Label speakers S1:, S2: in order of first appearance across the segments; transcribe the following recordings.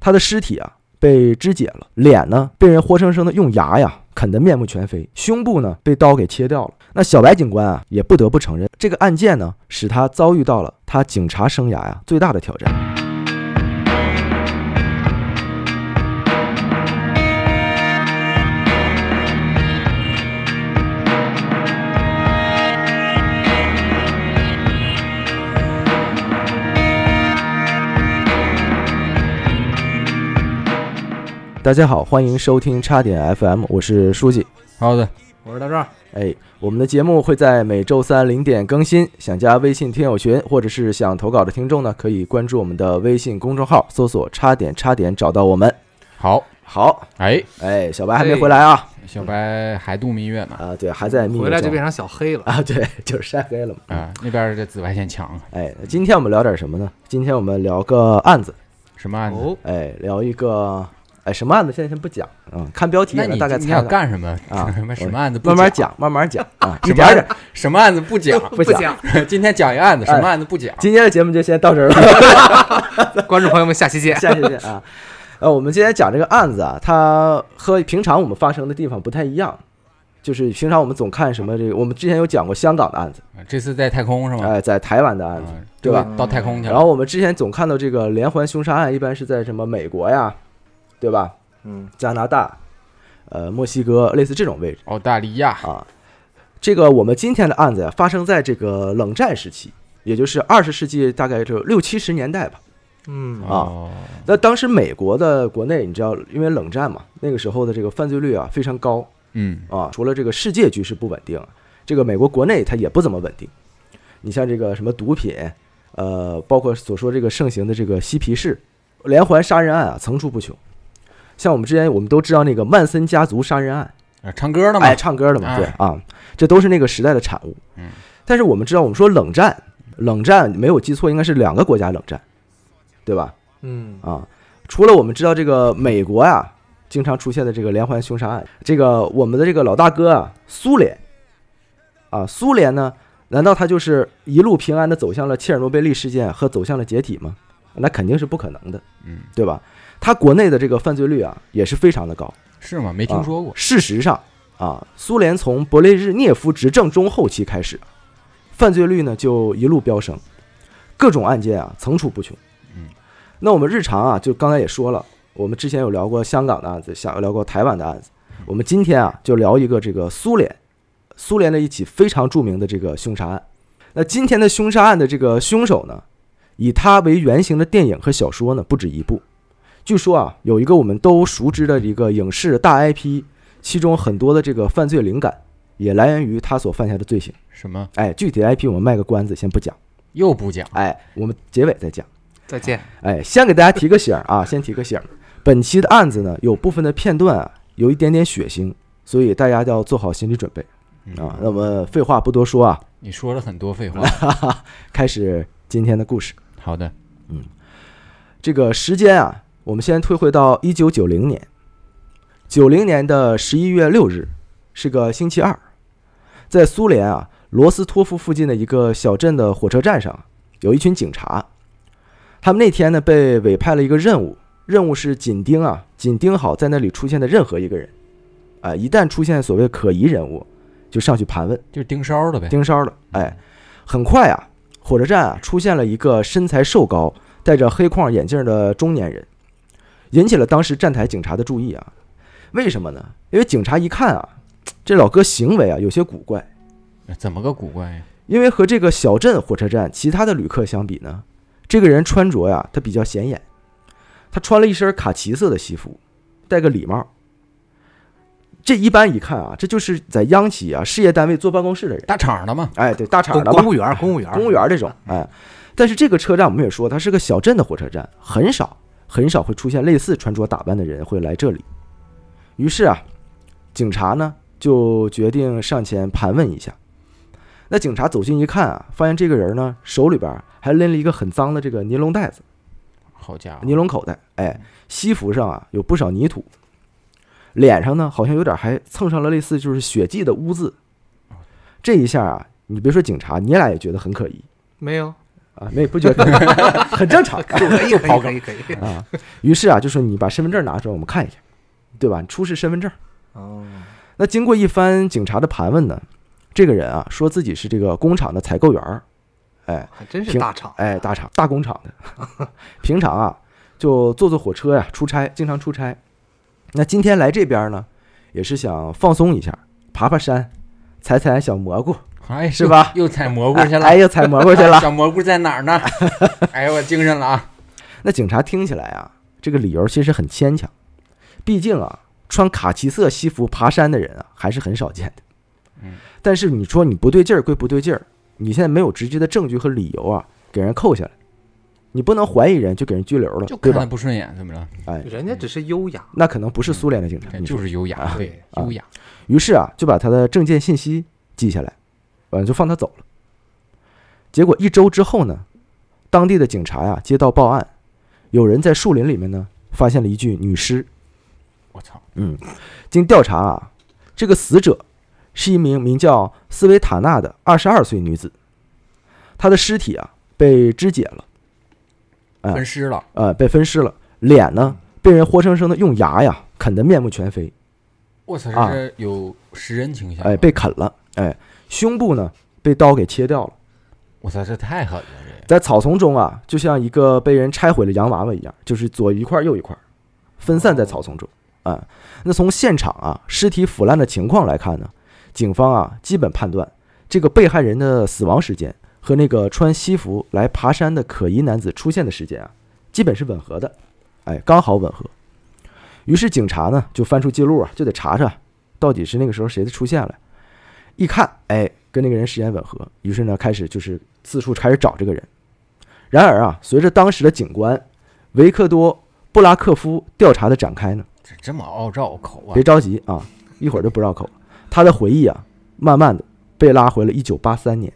S1: 他的尸体啊被肢解了，脸呢被人活生生的用牙呀啃得面目全非，胸部呢被刀给切掉了。那小白警官啊也不得不承认，这个案件呢使他遭遇到了他警察生涯呀最大的挑战。大家好，欢迎收听叉点 FM，我是书记。
S2: 好的，我是大壮。
S1: 哎，我们的节目会在每周三零点更新。想加微信听友群或者是想投稿的听众呢，可以关注我们的微信公众号，搜索“叉点叉点”找到我们。
S2: 好，
S1: 好，
S2: 哎，
S1: 哎，小白还没回来啊？
S2: 小白还度蜜月呢，
S1: 啊，对，还在密
S3: 回
S1: 云
S3: 来就
S1: 中
S3: 变成小黑了。
S1: 啊，对，就是晒黑了嘛。
S2: 啊、那边儿这紫外线强，啊
S1: 哎，今天我们聊点什么呢？今天我们聊个案子，
S2: 什么案子？
S3: 哦，
S1: 哎，聊一个，哎，什么案子？现在先不讲，嗯，看标题
S2: 那你
S1: 大概
S2: 你
S1: 猜
S2: 想
S1: 猜。
S2: 干什么
S1: 啊
S2: 什么什么案子不
S1: 慢慢讲，慢慢 讲啊，一
S2: 什么
S1: 点儿
S2: 案
S1: 点
S2: 子
S1: 儿。
S2: 什么案子 不讲？
S1: 不讲
S3: 讲，
S2: 今天讲一案子，
S1: 哎
S2: 什么案子不讲？
S1: 今天的节目就先到这儿了。
S3: 观众朋友们，下期见。
S1: 下谢谢啊。呃，我们今天讲这个案子啊，它和平常我们发生的地方不太一样，就是平常我们总看什么这个，我们之前有讲过香港的案子，
S2: 啊这次在太空是
S1: 哎、
S2: 吗？
S1: 在台湾的案子，
S2: 啊
S1: 对吧？
S2: 到太空去
S1: 然
S2: 了。
S1: 后我们之前总看到这个连环凶杀案，一般是在什么美国呀，对吧？
S3: 嗯，
S1: 加拿大，呃，墨西哥，类似这种位置
S2: 澳哦大利亚，
S1: 啊。这个我们今天的案子呀、发生在这个冷战时期，也就是二十世纪大概就六七十年代吧。啊
S3: 嗯，
S2: 哦，
S1: 那当时美国的国内，你知道，因为冷战嘛，那个时候的这个犯罪率啊非常高
S2: 嗯，
S1: 啊，除了这个世界局势不稳定，这个美国国内它也不怎么稳定。你像这个什么毒品，呃，包括所说这个盛行的这个嬉皮士，连环杀人案啊层出不穷。像我们之前我们都知道那个曼森家族杀人案，
S2: 啊唱歌呢嘛
S1: 哎，，唱歌的嘛，
S2: 哎
S1: 对啊，这都是那个时代的产物。
S2: 嗯，
S1: 但是我们知道，我们说冷战，冷战没有记错，应该是两个国家冷战，对吧？
S3: 嗯，
S1: 啊，除了我们知道这个美国呀、经常出现的这个连环凶杀案，这个我们的这个老大哥啊，苏联，啊，苏联呢，难道他就是一路平安的走向了切尔诺贝利事件和走向了解体吗？那肯定是不可能的，
S2: 嗯，
S1: 对吧？他国内的这个犯罪率啊，也是非常的高。
S2: 是吗？没听说过。
S1: 事实上啊，苏联从勃列日涅夫执政中后期开始，犯罪率呢就一路飙升，各种案件啊层出不穷。
S2: 嗯，
S1: 那我们日常啊，就刚才也说了，我们之前有聊过香港的案子，想聊过台湾的案子，我们今天啊就聊一个这个苏联，苏联的一起非常著名的这个凶杀案。那今天的凶杀案的这个凶手呢，以他为原型的电影和小说呢不止一部。据说啊，有一个我们都熟知的一个影视大 IP 其中很多的这个犯罪灵感也来源于他所犯下的罪行。
S2: 什么
S1: 哎，具体的 IP 我们卖个关子，先不讲。
S2: 又不讲？
S1: 哎，我们结尾再讲。
S3: 再见。
S1: 哎，先给大家提个醒儿啊，先提个醒儿。本期的案子呢，有部分的片段啊，有一点点血腥，所以大家要做好心理准备
S2: 嗯
S1: 啊。那么废话不多说啊，
S2: 你说了很多废话。
S1: 开始今天的故事。
S2: 好的，
S1: 这个时间啊，我们先退回到一九九零年，九零年的十一月六日是个星期二，在苏联啊罗斯托夫附近的一个小镇的火车站上，有一群警察，他们那天呢被委派了一个任务，任务是紧盯啊紧盯好在那里出现的任何一个人，啊、一旦出现所谓可疑人物，就上去盘问。
S2: 就是盯梢的呗。
S1: 盯梢了。哎，很快啊，火车站啊出现了一个身材瘦高、戴着黑框眼镜的中年人，引起了当时站台警察的注意啊。为什么呢？因为警察一看啊，这老哥行为啊有些古怪，
S2: 怎么个古怪呀？
S1: 因为和这个小镇火车站其他的旅客相比呢，这个人穿着呀、他比较显眼，他穿了一身卡其色的西服，戴个礼帽。这一般一看啊，这就是在央企啊事业单位坐办公室的人。
S2: 大厂的嘛。
S1: 哎，对，大厂
S3: 公
S1: 的吧
S3: 公，务员，公务员，
S1: 公务员这种，哎，但是这个车站我们也说，它是个小镇的火车站，很少很少会出现类似穿着打扮的人会来这里。于是啊，警察呢就决定上前盘问一下。那警察走近一看啊，发现这个人呢手里边还拎了一个很脏的这个尼龙袋子、
S2: 好家伙，
S1: 尼龙口袋，哎，西服上啊有不少泥土，脸上呢好像有点还蹭上了类似就是血迹的污渍。这一下啊，你别说警察，你俩也觉得很可疑。
S3: 没有，
S1: 啊，那也不觉得很正常
S3: 可以可以可以可以。
S1: 啊。于是啊，就说你把身份证拿出来，我们看一下，对吧？你出示身份证。
S3: 哦，
S1: 那经过一番警察的盘问呢，这个人啊说自己是这个工厂的采购员儿，哎
S3: 还真是
S1: 平
S3: 大厂。
S1: 哎，大厂大工厂的， 平常啊就坐坐火车呀、出差，经常出差。那今天来这边呢，也是想放松一下，爬爬山，采采小蘑菇，
S2: 哎，
S1: 是吧
S2: 又又采蘑菇去了，
S1: 哎，又采蘑菇去了。
S2: 小蘑菇在哪儿 呢？哎呦，我精神了啊！
S1: 那警察听起来啊，这个理由其实很牵强，毕竟啊，穿卡其色西服爬山的人啊，还是很少见的。
S2: 嗯，
S1: 但是你说你不对劲儿归不对劲儿，你现在没有直接的证据和理由啊，给人扣下来，啊你不能怀疑人就给人拘留了
S2: 就，
S1: 对
S2: 看他
S1: 吧？
S2: 不顺眼，怎么着？
S1: 哎，
S3: 人家只是优雅，
S1: 那可能不是苏联的警察，
S2: 哎
S1: 你
S2: 就
S1: 说
S2: 是优雅，对，
S1: 啊
S3: 对
S2: 优雅。
S1: 于是啊，就把他的证件信息记下来，完了就放他走了。结果一周之后呢，当地的警察呀、接到报案，有人在树林里面呢发现了一具女尸。
S2: 我操，
S1: 嗯，经调查啊，这个死者是一名名叫斯维塔娜的二十二岁女子，她的尸体啊被肢解了，哎
S2: 分尸了，
S1: 呃，被分尸了，脸呢被人活生生的用牙呀啃得面目全非，
S2: 我操，
S1: 啊
S2: 这是有食人倾向。
S1: 哎，被，啃了，哎，胸部呢被刀给切掉了，
S2: 我操，这太狠了，这
S1: 在草丛中啊，就像一个被人拆毁了洋娃娃一样，就是左一块儿右一块儿，分散在草丛中。啊、那从现场啊尸体腐烂的情况来看呢，警方啊基本判断这个被害人的死亡时间和那个穿西服来爬山的可疑男子出现的时间啊，基本是吻合的，哎，刚好吻合。于是警察呢就翻出记录啊，就得查查到底是那个时候谁的出现了。一看，哎，跟那个人时间吻合，于是呢开始就是四处开始找这个人。然而啊，随着当时的警官维克多·布拉克夫调查的展开呢，
S2: 这这么傲照口啊
S1: 别！着急啊，一会儿就不绕口了。他的回忆啊，慢慢的被拉回了1983年，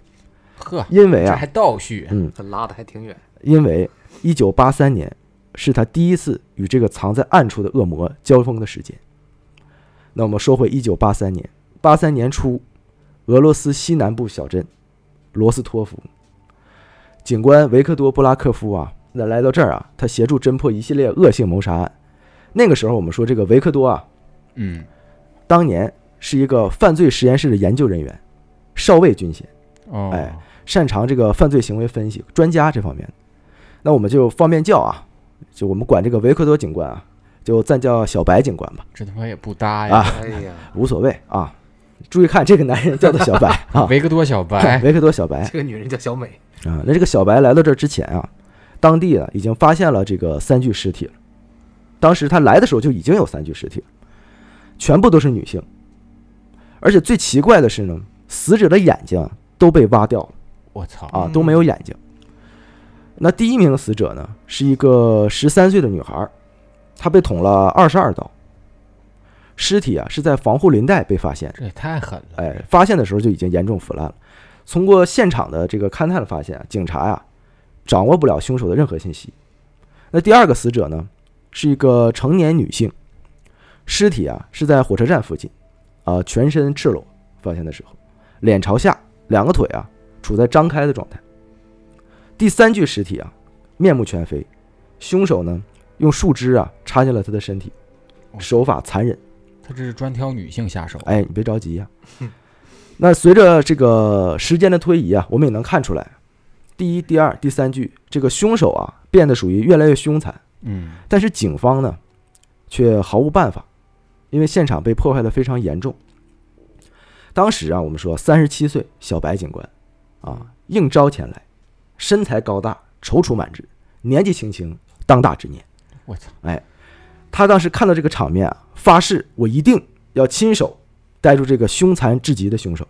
S2: 呵，
S1: 因为
S2: 这
S1: 啊，
S2: 还倒叙，
S1: 嗯，
S3: 他拉的还挺远。
S1: 因为1983年是他第一次与这个藏在暗处的恶魔交锋的时间。那我们说回1983年，8 3年初，俄罗斯西南部小镇罗斯托夫，警官维克多·布拉克夫啊，那来到这儿啊，他协助侦破一系列恶性谋杀案。那个时候，我们说这个维克多啊，
S2: 嗯，
S1: 当年是一个犯罪实验室的研究人员，少尉军衔。
S2: 哦，
S1: 哎擅长这个犯罪行为分析专家这方面的。那我们就方便叫啊，就我们管这个维克多警官啊，就暂叫小白警官吧，
S2: 这他妈也不搭
S1: 啊
S2: 呀！
S3: 哎呀，
S1: 无所谓啊。 注意看，这个男人叫做小白啊，
S2: 维克多小白，
S1: 维克多小白
S3: 这个女人叫小美，
S1: 啊。那这个小白来到这儿之前啊，当地啊已经发现了这个三具尸体了。当时他来的时候就已经有三具尸体了，全部都是女性。而且最奇怪的是呢，死者的眼睛啊都被挖掉了。
S2: 我操，
S1: 啊，都没有眼睛。那第一名死者呢，是一个十三岁的女孩儿，她被捅了二十二刀，尸体啊是在防护林带被发现的。
S2: 这也太狠了！
S1: 哎，发现的时候就已经严重腐烂了。通过现场的这个勘探发现，啊警察呀、掌握不了凶手的任何信息。那第二个死者呢，是一个成年女性，尸体啊是在火车站附近，啊、全身赤裸，发现的时候，脸朝下，两个腿啊处在张开的状态。第三具尸体啊面目全非，凶手呢用树枝啊插进了他的身体，手法残忍。
S2: 他这是专挑女性下手。啊
S1: 哎，你别着急呀、 那随着这个时间的推移啊，我们也能看出来，第一、第二、第三句，这个凶手啊变得属于越来越凶残，
S2: 嗯，
S1: 但是警方呢却毫无办法，因为现场被破坏的非常严重。当时啊，我们说三十七岁小白警官啊应招前来，身材高大，踌躇满志，年纪轻轻当大之年。
S2: 我操，
S1: 他当时看到这个场面啊，发誓我一定要亲手逮住这个凶残至极的凶手。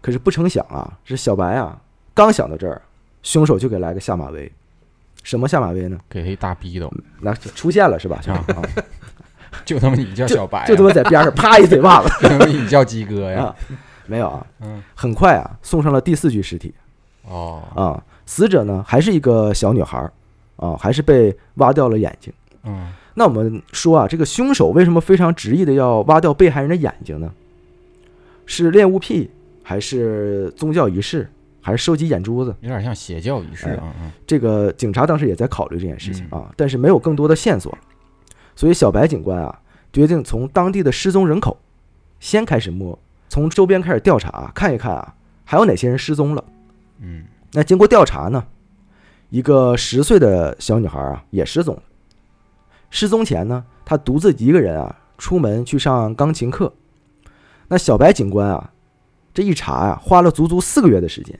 S1: 可是不成想啊，这小白啊，刚想到这儿，凶手就给来个下马威。什么下马威呢？
S2: 给他一大逼斗，
S1: 那就出现了是吧？就
S2: 啊
S1: 啊
S2: 就他妈你叫小白呀，啊
S1: 就他妈在边上啪一嘴巴子
S2: 就他妈你叫鸡哥呀！
S1: 啊！没有啊，
S2: 嗯，
S1: 很快啊，送上了第四具尸体
S2: 哦，
S1: 啊。死者呢还是一个小女孩儿啊，还是被挖掉了眼睛。
S2: 嗯，
S1: 那我们说啊，这个凶手为什么非常执意的要挖掉被害人的眼睛呢？是恋物癖，还是宗教仪式，还是收集眼珠子。
S2: 有点像邪教仪
S1: 哎
S2: 式啊，嗯
S1: 这个警察当时也在考虑这件事情啊，但是没有更多的线索，所以小白警官啊决定从当地的失踪人口先开始摸，从周边开始调查啊，看一看啊还有哪些人失踪了。
S2: 嗯，
S1: 那经过调查呢，一个十岁的小女孩啊也失踪了。失踪前呢，她独自一个人啊出门去上钢琴课。那小白警官啊，这一查啊，花了足足四个月的时间，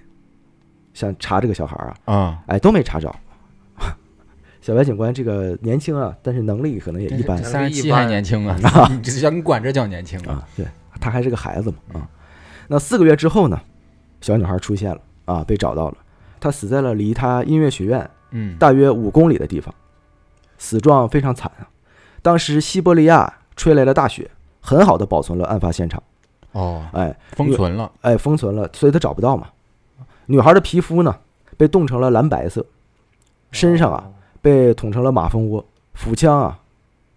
S1: 想查这个小孩啊，
S2: 啊，
S1: 哎，都没查着。 小白警官这个年轻啊，但是能力可能也一般
S3: 真是
S2: 三十七还年轻啊， 你这想管这叫年轻啊？
S1: 啊，对，他还是个孩子嘛啊。那四个月之后呢，小女孩出现了啊，被找到了，她死在了离她音乐学院
S2: 嗯，
S1: 大约五公里的地方，死状非常惨啊。当时西伯利亚吹来了大雪，很好的保存了案发现场，
S2: 哦，
S1: 哎
S2: 封存了，
S1: 哎，封存了，所以他找不到嘛。女孩的皮肤呢，被冻成了蓝白色，身上啊，被捅成了马蜂窝，腹腔啊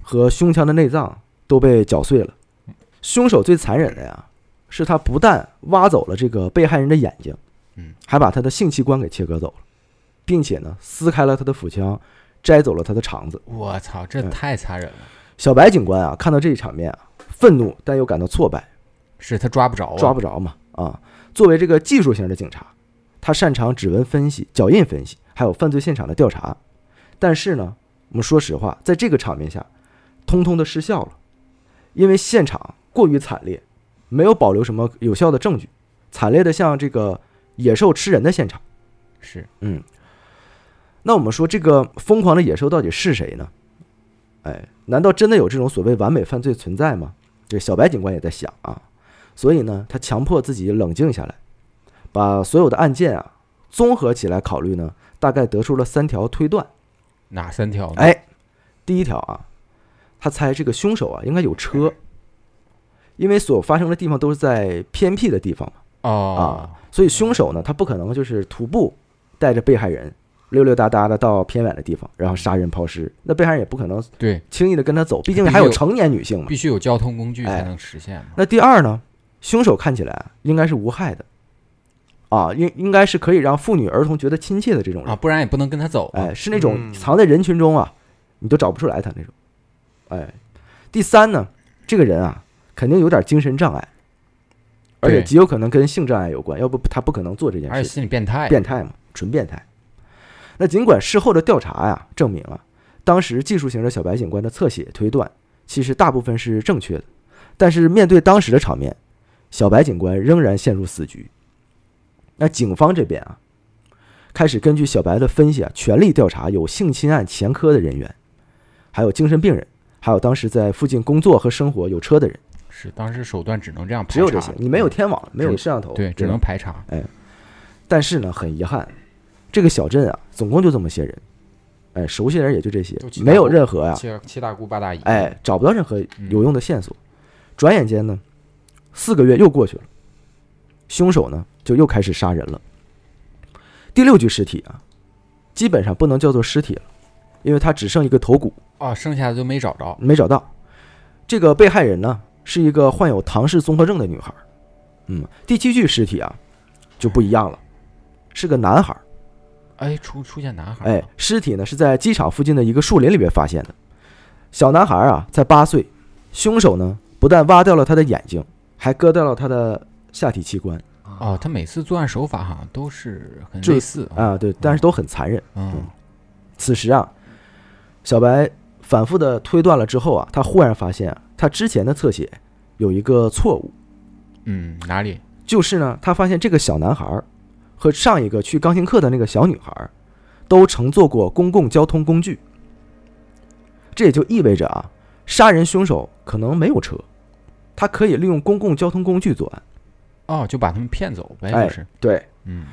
S1: 和胸腔的内脏都被绞碎了。凶手最残忍的呀，是他不但挖走了这个被害人的眼睛，
S2: 嗯，
S1: 还把他的性器官给切割走了，并且呢撕开了他的腹腔，摘走了他的肠子。
S2: 我操，这
S1: 嗯
S2: 太残忍了，
S1: 小白警官啊，看到这一场面啊，愤怒但又感到挫败，
S2: 是他抓不着啊，
S1: 抓不着嘛啊。作为这个技术型的警察，他擅长指纹分析、脚印分析，还有犯罪现场的调查。但是呢，我们说实话，在这个场面下，通通的失效了，因为现场过于惨烈，没有保留什么有效的证据，惨烈的像这个野兽吃人的现场。
S2: 是，
S1: 嗯那我们说这个疯狂的野兽到底是谁呢？哎，难道真的有这种所谓完美犯罪存在吗？这小白警官也在想啊，所以呢，他强迫自己冷静下来，把所有的案件啊综合起来考虑呢，大概得出了三条推断。
S2: 哪三条呢？
S1: 哎，第一条啊，他猜这个凶手啊应该有车，因为所发生的地方都是在偏僻的地方嘛，啊
S2: 哦，
S1: 所以凶手呢，他不可能就是徒步带着被害人溜溜达达的到偏远的地方，然后杀人抛尸。那被害人也不可能
S2: 对，
S1: 轻易的跟他走，毕竟
S2: 必须
S1: 还有
S2: 有
S1: 成年女性嘛。
S2: 必须有交通工具
S1: 哎
S2: 才能实现嘛。
S1: 那第二呢，凶手看起来啊应该是无害的，啊，应应该是可以让妇女儿童觉得亲切的这种人
S2: 啊，，不然也不能跟他走。
S1: 哎，是那种
S3: 嗯
S1: 藏在人群中啊，你都找不出来他那种。哎，第三呢，这个人啊，肯定有点精神障碍，而且
S2: 对
S1: 极有可能跟性障碍有关，要不他不可能做这件事
S2: 而且
S1: 情。
S2: 心理变态，
S1: 变态嘛，纯变态。那尽管事后的调查呀、证明啊，当时技术型的小白警官的侧写推断其实大部分是正确的，但是面对当时的场面，小白警官仍然陷入死局。那警方这边啊，开始根据小白的分析啊，全力调查有性侵案前科的人员，还有精神病人，还有当时在附近工作和生活有车的人，
S2: 是当时手段只能这样排查，
S1: 只有这些。你没有天网，没有
S2: 只
S1: 摄像头，
S2: 对，只
S1: 吧
S2: 能排查。
S1: 但是呢，很遗憾，这个小镇啊，总共就这么些人，哎，熟悉人也就这些
S2: 就，其他
S1: 没有任何呀、
S2: 七七大姑八大姨，
S1: 啊哎，，找不到任何有用的线索。转眼间呢，四个月又过去了，凶手呢就又开始杀人了。第六具尸体啊，基本上不能叫做尸体了，因为它只剩一个头骨
S2: 哦，剩下的就没找着。
S1: 没找到。这个被害人呢是一个患有唐氏综合症的女孩儿。嗯，第七具尸体啊就不一样了，是个男孩儿。
S2: 哎，出出现男孩了，
S1: 哎，尸体呢是在机场附近的一个树林里边发现的。小男孩啊，才八岁，凶手呢不但挖掉了他的眼睛，还割掉了他的下体器官
S3: 啊
S2: 哦，他每次作案手法好像都是很
S1: 就
S2: 类似啊，
S1: 啊，对，但是都很残忍。
S2: 嗯，
S1: 此时啊，小白反复的推断了之后啊，他忽然发现啊，他之前的侧写有一个错误，
S2: 嗯，哪里？
S1: 就是呢，他发现这个小男孩儿和上一个去钢琴课的那个小女孩儿都乘坐过公共交通工具，这也就意味着啊，杀人凶手可能没有车，他可以利用公共交通工具作案。
S2: 哦，就把他们骗走呗，
S1: 哎
S2: 就是，
S1: 对，
S2: 嗯，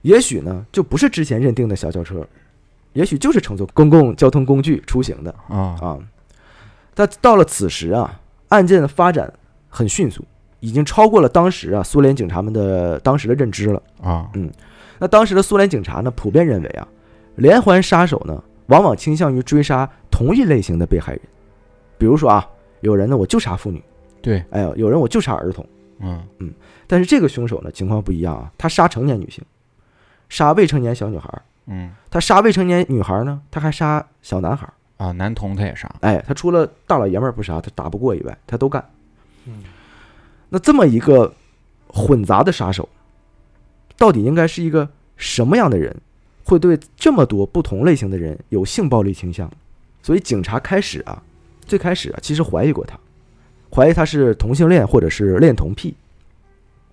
S1: 也许呢，就不是之前认定的小轿车，也许就是乘坐公共交通工具出行的
S2: 啊，
S1: 啊。但到了此时啊，案件的发展很迅速，已经超过了当时啊苏联警察们的当时的认知了。
S2: 啊，
S1: 那当时的苏联警察呢，普遍认为啊，连环杀手呢，往往倾向于追杀同一类型的被害人，比如说啊，有人呢我就杀妇女，
S2: 对，
S1: 哎呦，有人我就杀儿童。
S2: 嗯，
S1: 但是这个凶手呢，情况不一样啊，他杀成年女性，杀未成年小女孩儿。
S2: 嗯，
S1: 他杀未成年女孩儿呢，他还杀小男孩儿。
S2: 啊，男童他也杀，
S1: 哎，他除了大老爷们儿不杀，他打不过以外，他都干。
S3: 嗯，
S1: 那这么一个混杂的杀手，到底应该是一个什么样的人，会对这么多不同类型的人有性暴力倾向？所以警察开始啊，最开始啊，其实怀疑过他，怀疑他是同性恋或者是恋童癖。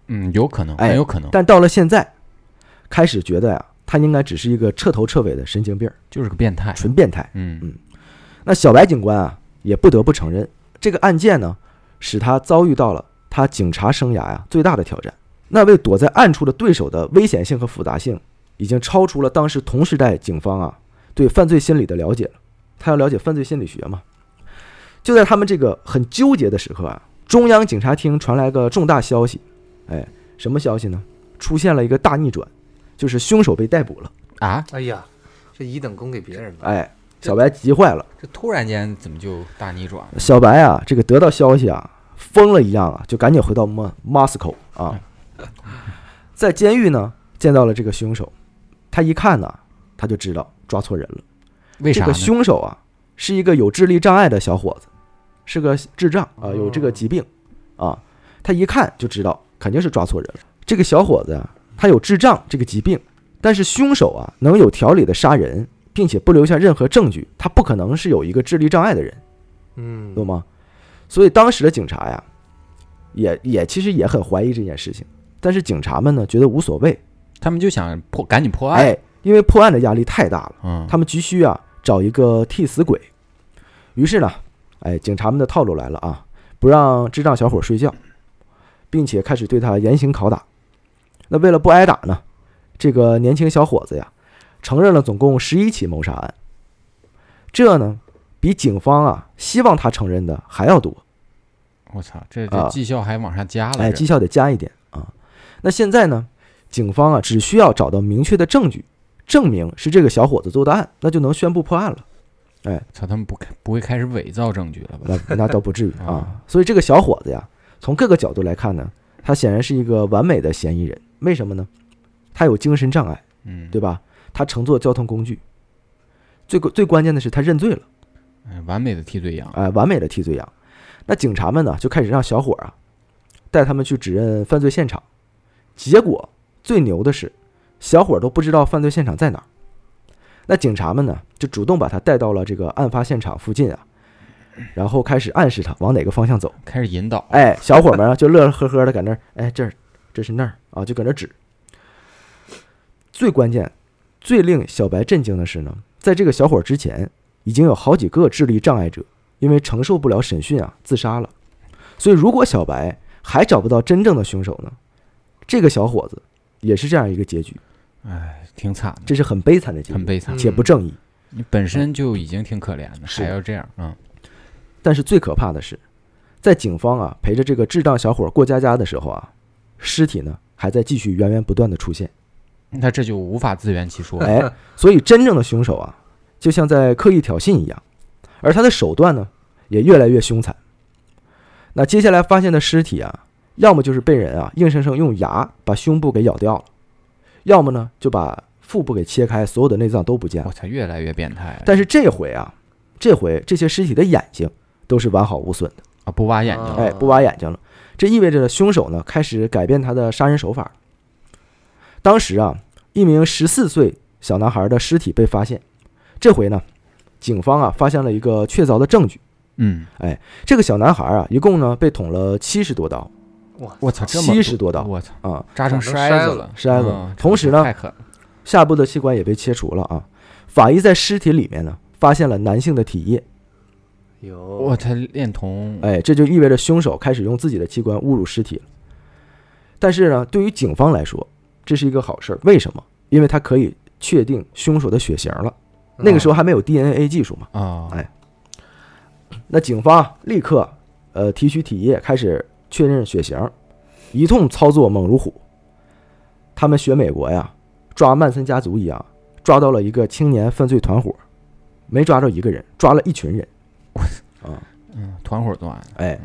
S2: 嗯，有可能，
S1: 哎
S2: 很有可能，
S1: 但到了现在，开始觉得呀、他应该只是一个彻头彻尾的神经病儿，
S2: 就是个变态。
S1: 纯变态。
S2: 嗯
S1: 那小白警官啊，也不得不承认，这个案件呢，使他遭遇到了他警察生涯呀、最大的挑战。那位躲在暗处的对手的危险性和复杂性，已经超出了当时同时代警方啊对犯罪心理的了解了。他要了解犯罪心理学嘛？就在他们这个很纠结的时刻啊，中央警察厅传来个重大消息，哎，什么消息呢？出现了一个大逆转，就是凶手被逮捕了。
S2: 啊，
S3: 哎呀，这一等功给别人了，
S1: 哎，小白急坏了。
S2: 这突然间怎么就大逆转了？
S1: 小白啊，这个得到消息啊，疯了一样啊，就赶紧回到莫 Moscow 啊，在监狱呢见到了这个凶手，他一看呢、他就知道抓错人了。
S2: 为
S1: 这
S2: 啥
S1: 个
S2: 呢？
S1: 凶手啊，是一个有智力障碍的小伙子，是个智障啊，
S3: 哦
S1: 有这个疾病啊，他一看就知道肯定是抓错人了。这个小伙子啊，他有智障这个疾病，但是凶手啊能有条理的杀人，并且不留下任何证据，他不可能是有一个智力障碍的人。
S3: 嗯，
S1: 懂吗？所以当时的警察呀，也也其实也很怀疑这件事情，但是警察们呢觉得无所谓，
S2: 他们就想破，赶紧破案。
S1: 哎，因为破案的压力太大了，
S2: 嗯，
S1: 他们急需啊找一个替死鬼。于是呢，哎，警察们的套路来了啊，不让智障小伙睡觉，并且开始对他严刑拷打。那为了不挨打呢，这个年轻小伙子呀，承认了总共十一起谋杀案，这呢比警方啊希望他承认的还要多。
S2: 我操，这这
S1: 啊
S2: 绩效还往上加了。
S1: 哎，
S2: 这
S1: 绩效得加一点啊。那现在呢，警方啊只需要找到明确的证据，证明是这个小伙子做的案，那就能宣布破案了。
S2: 操，他们不开不会开始伪造证据了吧？
S1: 那那倒不至于啊
S2: 啊。
S1: 所以这个小伙子呀，从各个角度来看呢，他显然是一个完美的嫌疑人。为什么呢？他有精神障碍，
S2: 嗯，
S1: 对吧？他乘坐交通工具，最最关键的是他认罪了，
S2: 哎，完美的替罪羊。
S1: 哎、完美的替罪羊。那警察们呢，就开始让小伙啊带他们去指认犯罪现场。结果最牛的是，小伙都不知道犯罪现场在哪儿。那警察们呢，就主动把他带到了这个案发现场附近啊，然后开始暗示他往哪个方向走。
S2: 开始引导。
S1: 哎，小伙们啊就乐呵呵的搁那儿，哎，这儿这是那儿啊，就搁那儿指。最关键、最令小白震惊的是呢，在这个小伙之前，已经有好几个智力障碍者因为承受不了审讯啊自杀了。所以，如果小白还找不到真正的凶手呢，这个小伙子也是这样一个结局，
S2: 哎，挺惨的，
S1: 这是很悲惨的结
S2: 很
S1: 局，
S2: 悲惨。
S1: 且不正义。
S2: 你本身就已经挺可怜的，
S1: 是
S2: 还要这样。嗯，
S1: 但是最可怕的是，在警方啊陪着这个智障小伙过家家的时候啊，尸体呢还在继续源源不断的出现。
S2: 那这就无法自圆其说。
S1: 哎，所以真正的凶手啊，就像在刻意挑衅一样，而他的手段呢，也越来越凶残。那接下来发现的尸体啊，要么就是被人啊硬生生用牙把胸部给咬掉了，要么呢就把腹部给切开，所有的内脏都不见了
S2: 我。操，越来越变态了。
S1: 但是这回啊，这回这些尸体的眼睛都是完好无损的，
S2: 啊，不挖眼睛
S3: 啊
S2: 了，
S1: 哎，不挖眼睛了。这意味着凶手呢开始改变他的杀人手法了。当时啊，一名十四岁小男孩的尸体被发现，这回呢，警方啊发现了一个确凿的证据。
S2: 嗯，
S1: 这个小男孩啊，一共呢被捅了七十多刀
S3: 哇，
S2: 我操，这么
S1: 70多刀
S2: 我操，
S1: 啊，
S2: 扎成
S3: 长成
S2: 筛
S3: 筛
S2: 子
S3: 子了
S1: 筛子
S2: 嗯
S1: 同时呢
S2: 太狠了，
S1: 下部的器官也被切除了啊。法医在尸体里面呢发现了男性的体液，
S3: 有
S2: 我操，恋童，
S1: 哎，这就意味着凶手开始用自己的器官侮辱尸体了。但是呢，对于警方来说，这是一个好事儿，为什么？因为他可以确定凶手的血型了。
S3: 嗯
S1: 那个时候还没有 DNA 技术嘛，
S2: 啊
S1: 哎那警方立刻呃提取体液，开始确认血型，一通操作猛如虎。他们学美国呀，抓曼森家族一样，抓到了一个青年犯罪团伙，没抓着一个人，抓了一群人。啊，
S2: 嗯，团伙作案
S1: 哎，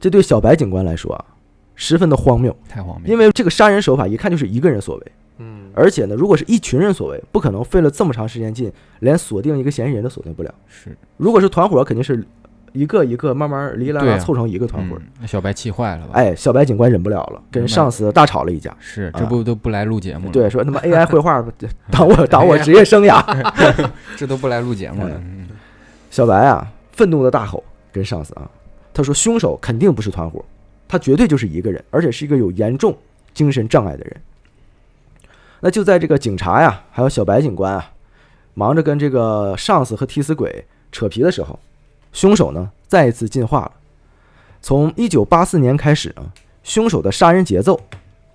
S1: 这对小白警官来说啊，十分的荒谬，
S2: 太荒谬，
S1: 因为这个杀人手法一看就是一个人所为，
S3: 嗯，
S1: 而且呢，如果是一群人所为，不可能费了这么长时间劲，连锁定一个嫌疑人都锁定不了。
S2: 是
S1: 如果是团伙，肯定是一个一个慢慢哩啦
S2: 对
S1: 啦
S2: 啊
S1: 凑成一个团伙。
S2: 嗯那小白气坏了吧？，
S1: 哎，小白警官忍不了了，跟
S2: 明白嗯
S1: 上司大吵了一架。
S2: 是
S1: 啊
S2: 这不都不来录节目了？
S1: 对，，说他妈 AI 绘画 挡我挡我职业生涯。
S2: 这都不来录节目
S1: 哎
S2: 了。嗯
S1: 小白啊，愤怒的大吼跟上司啊，他说凶手肯定不是团伙，他绝对就是一个人，而且是一个有严重精神障碍的人。那就在这个警察呀、还有小白警官啊，忙着跟这个上司和替死鬼扯皮的时候，凶手呢再一次进化了。从一九八四年开始啊，凶手的杀人节奏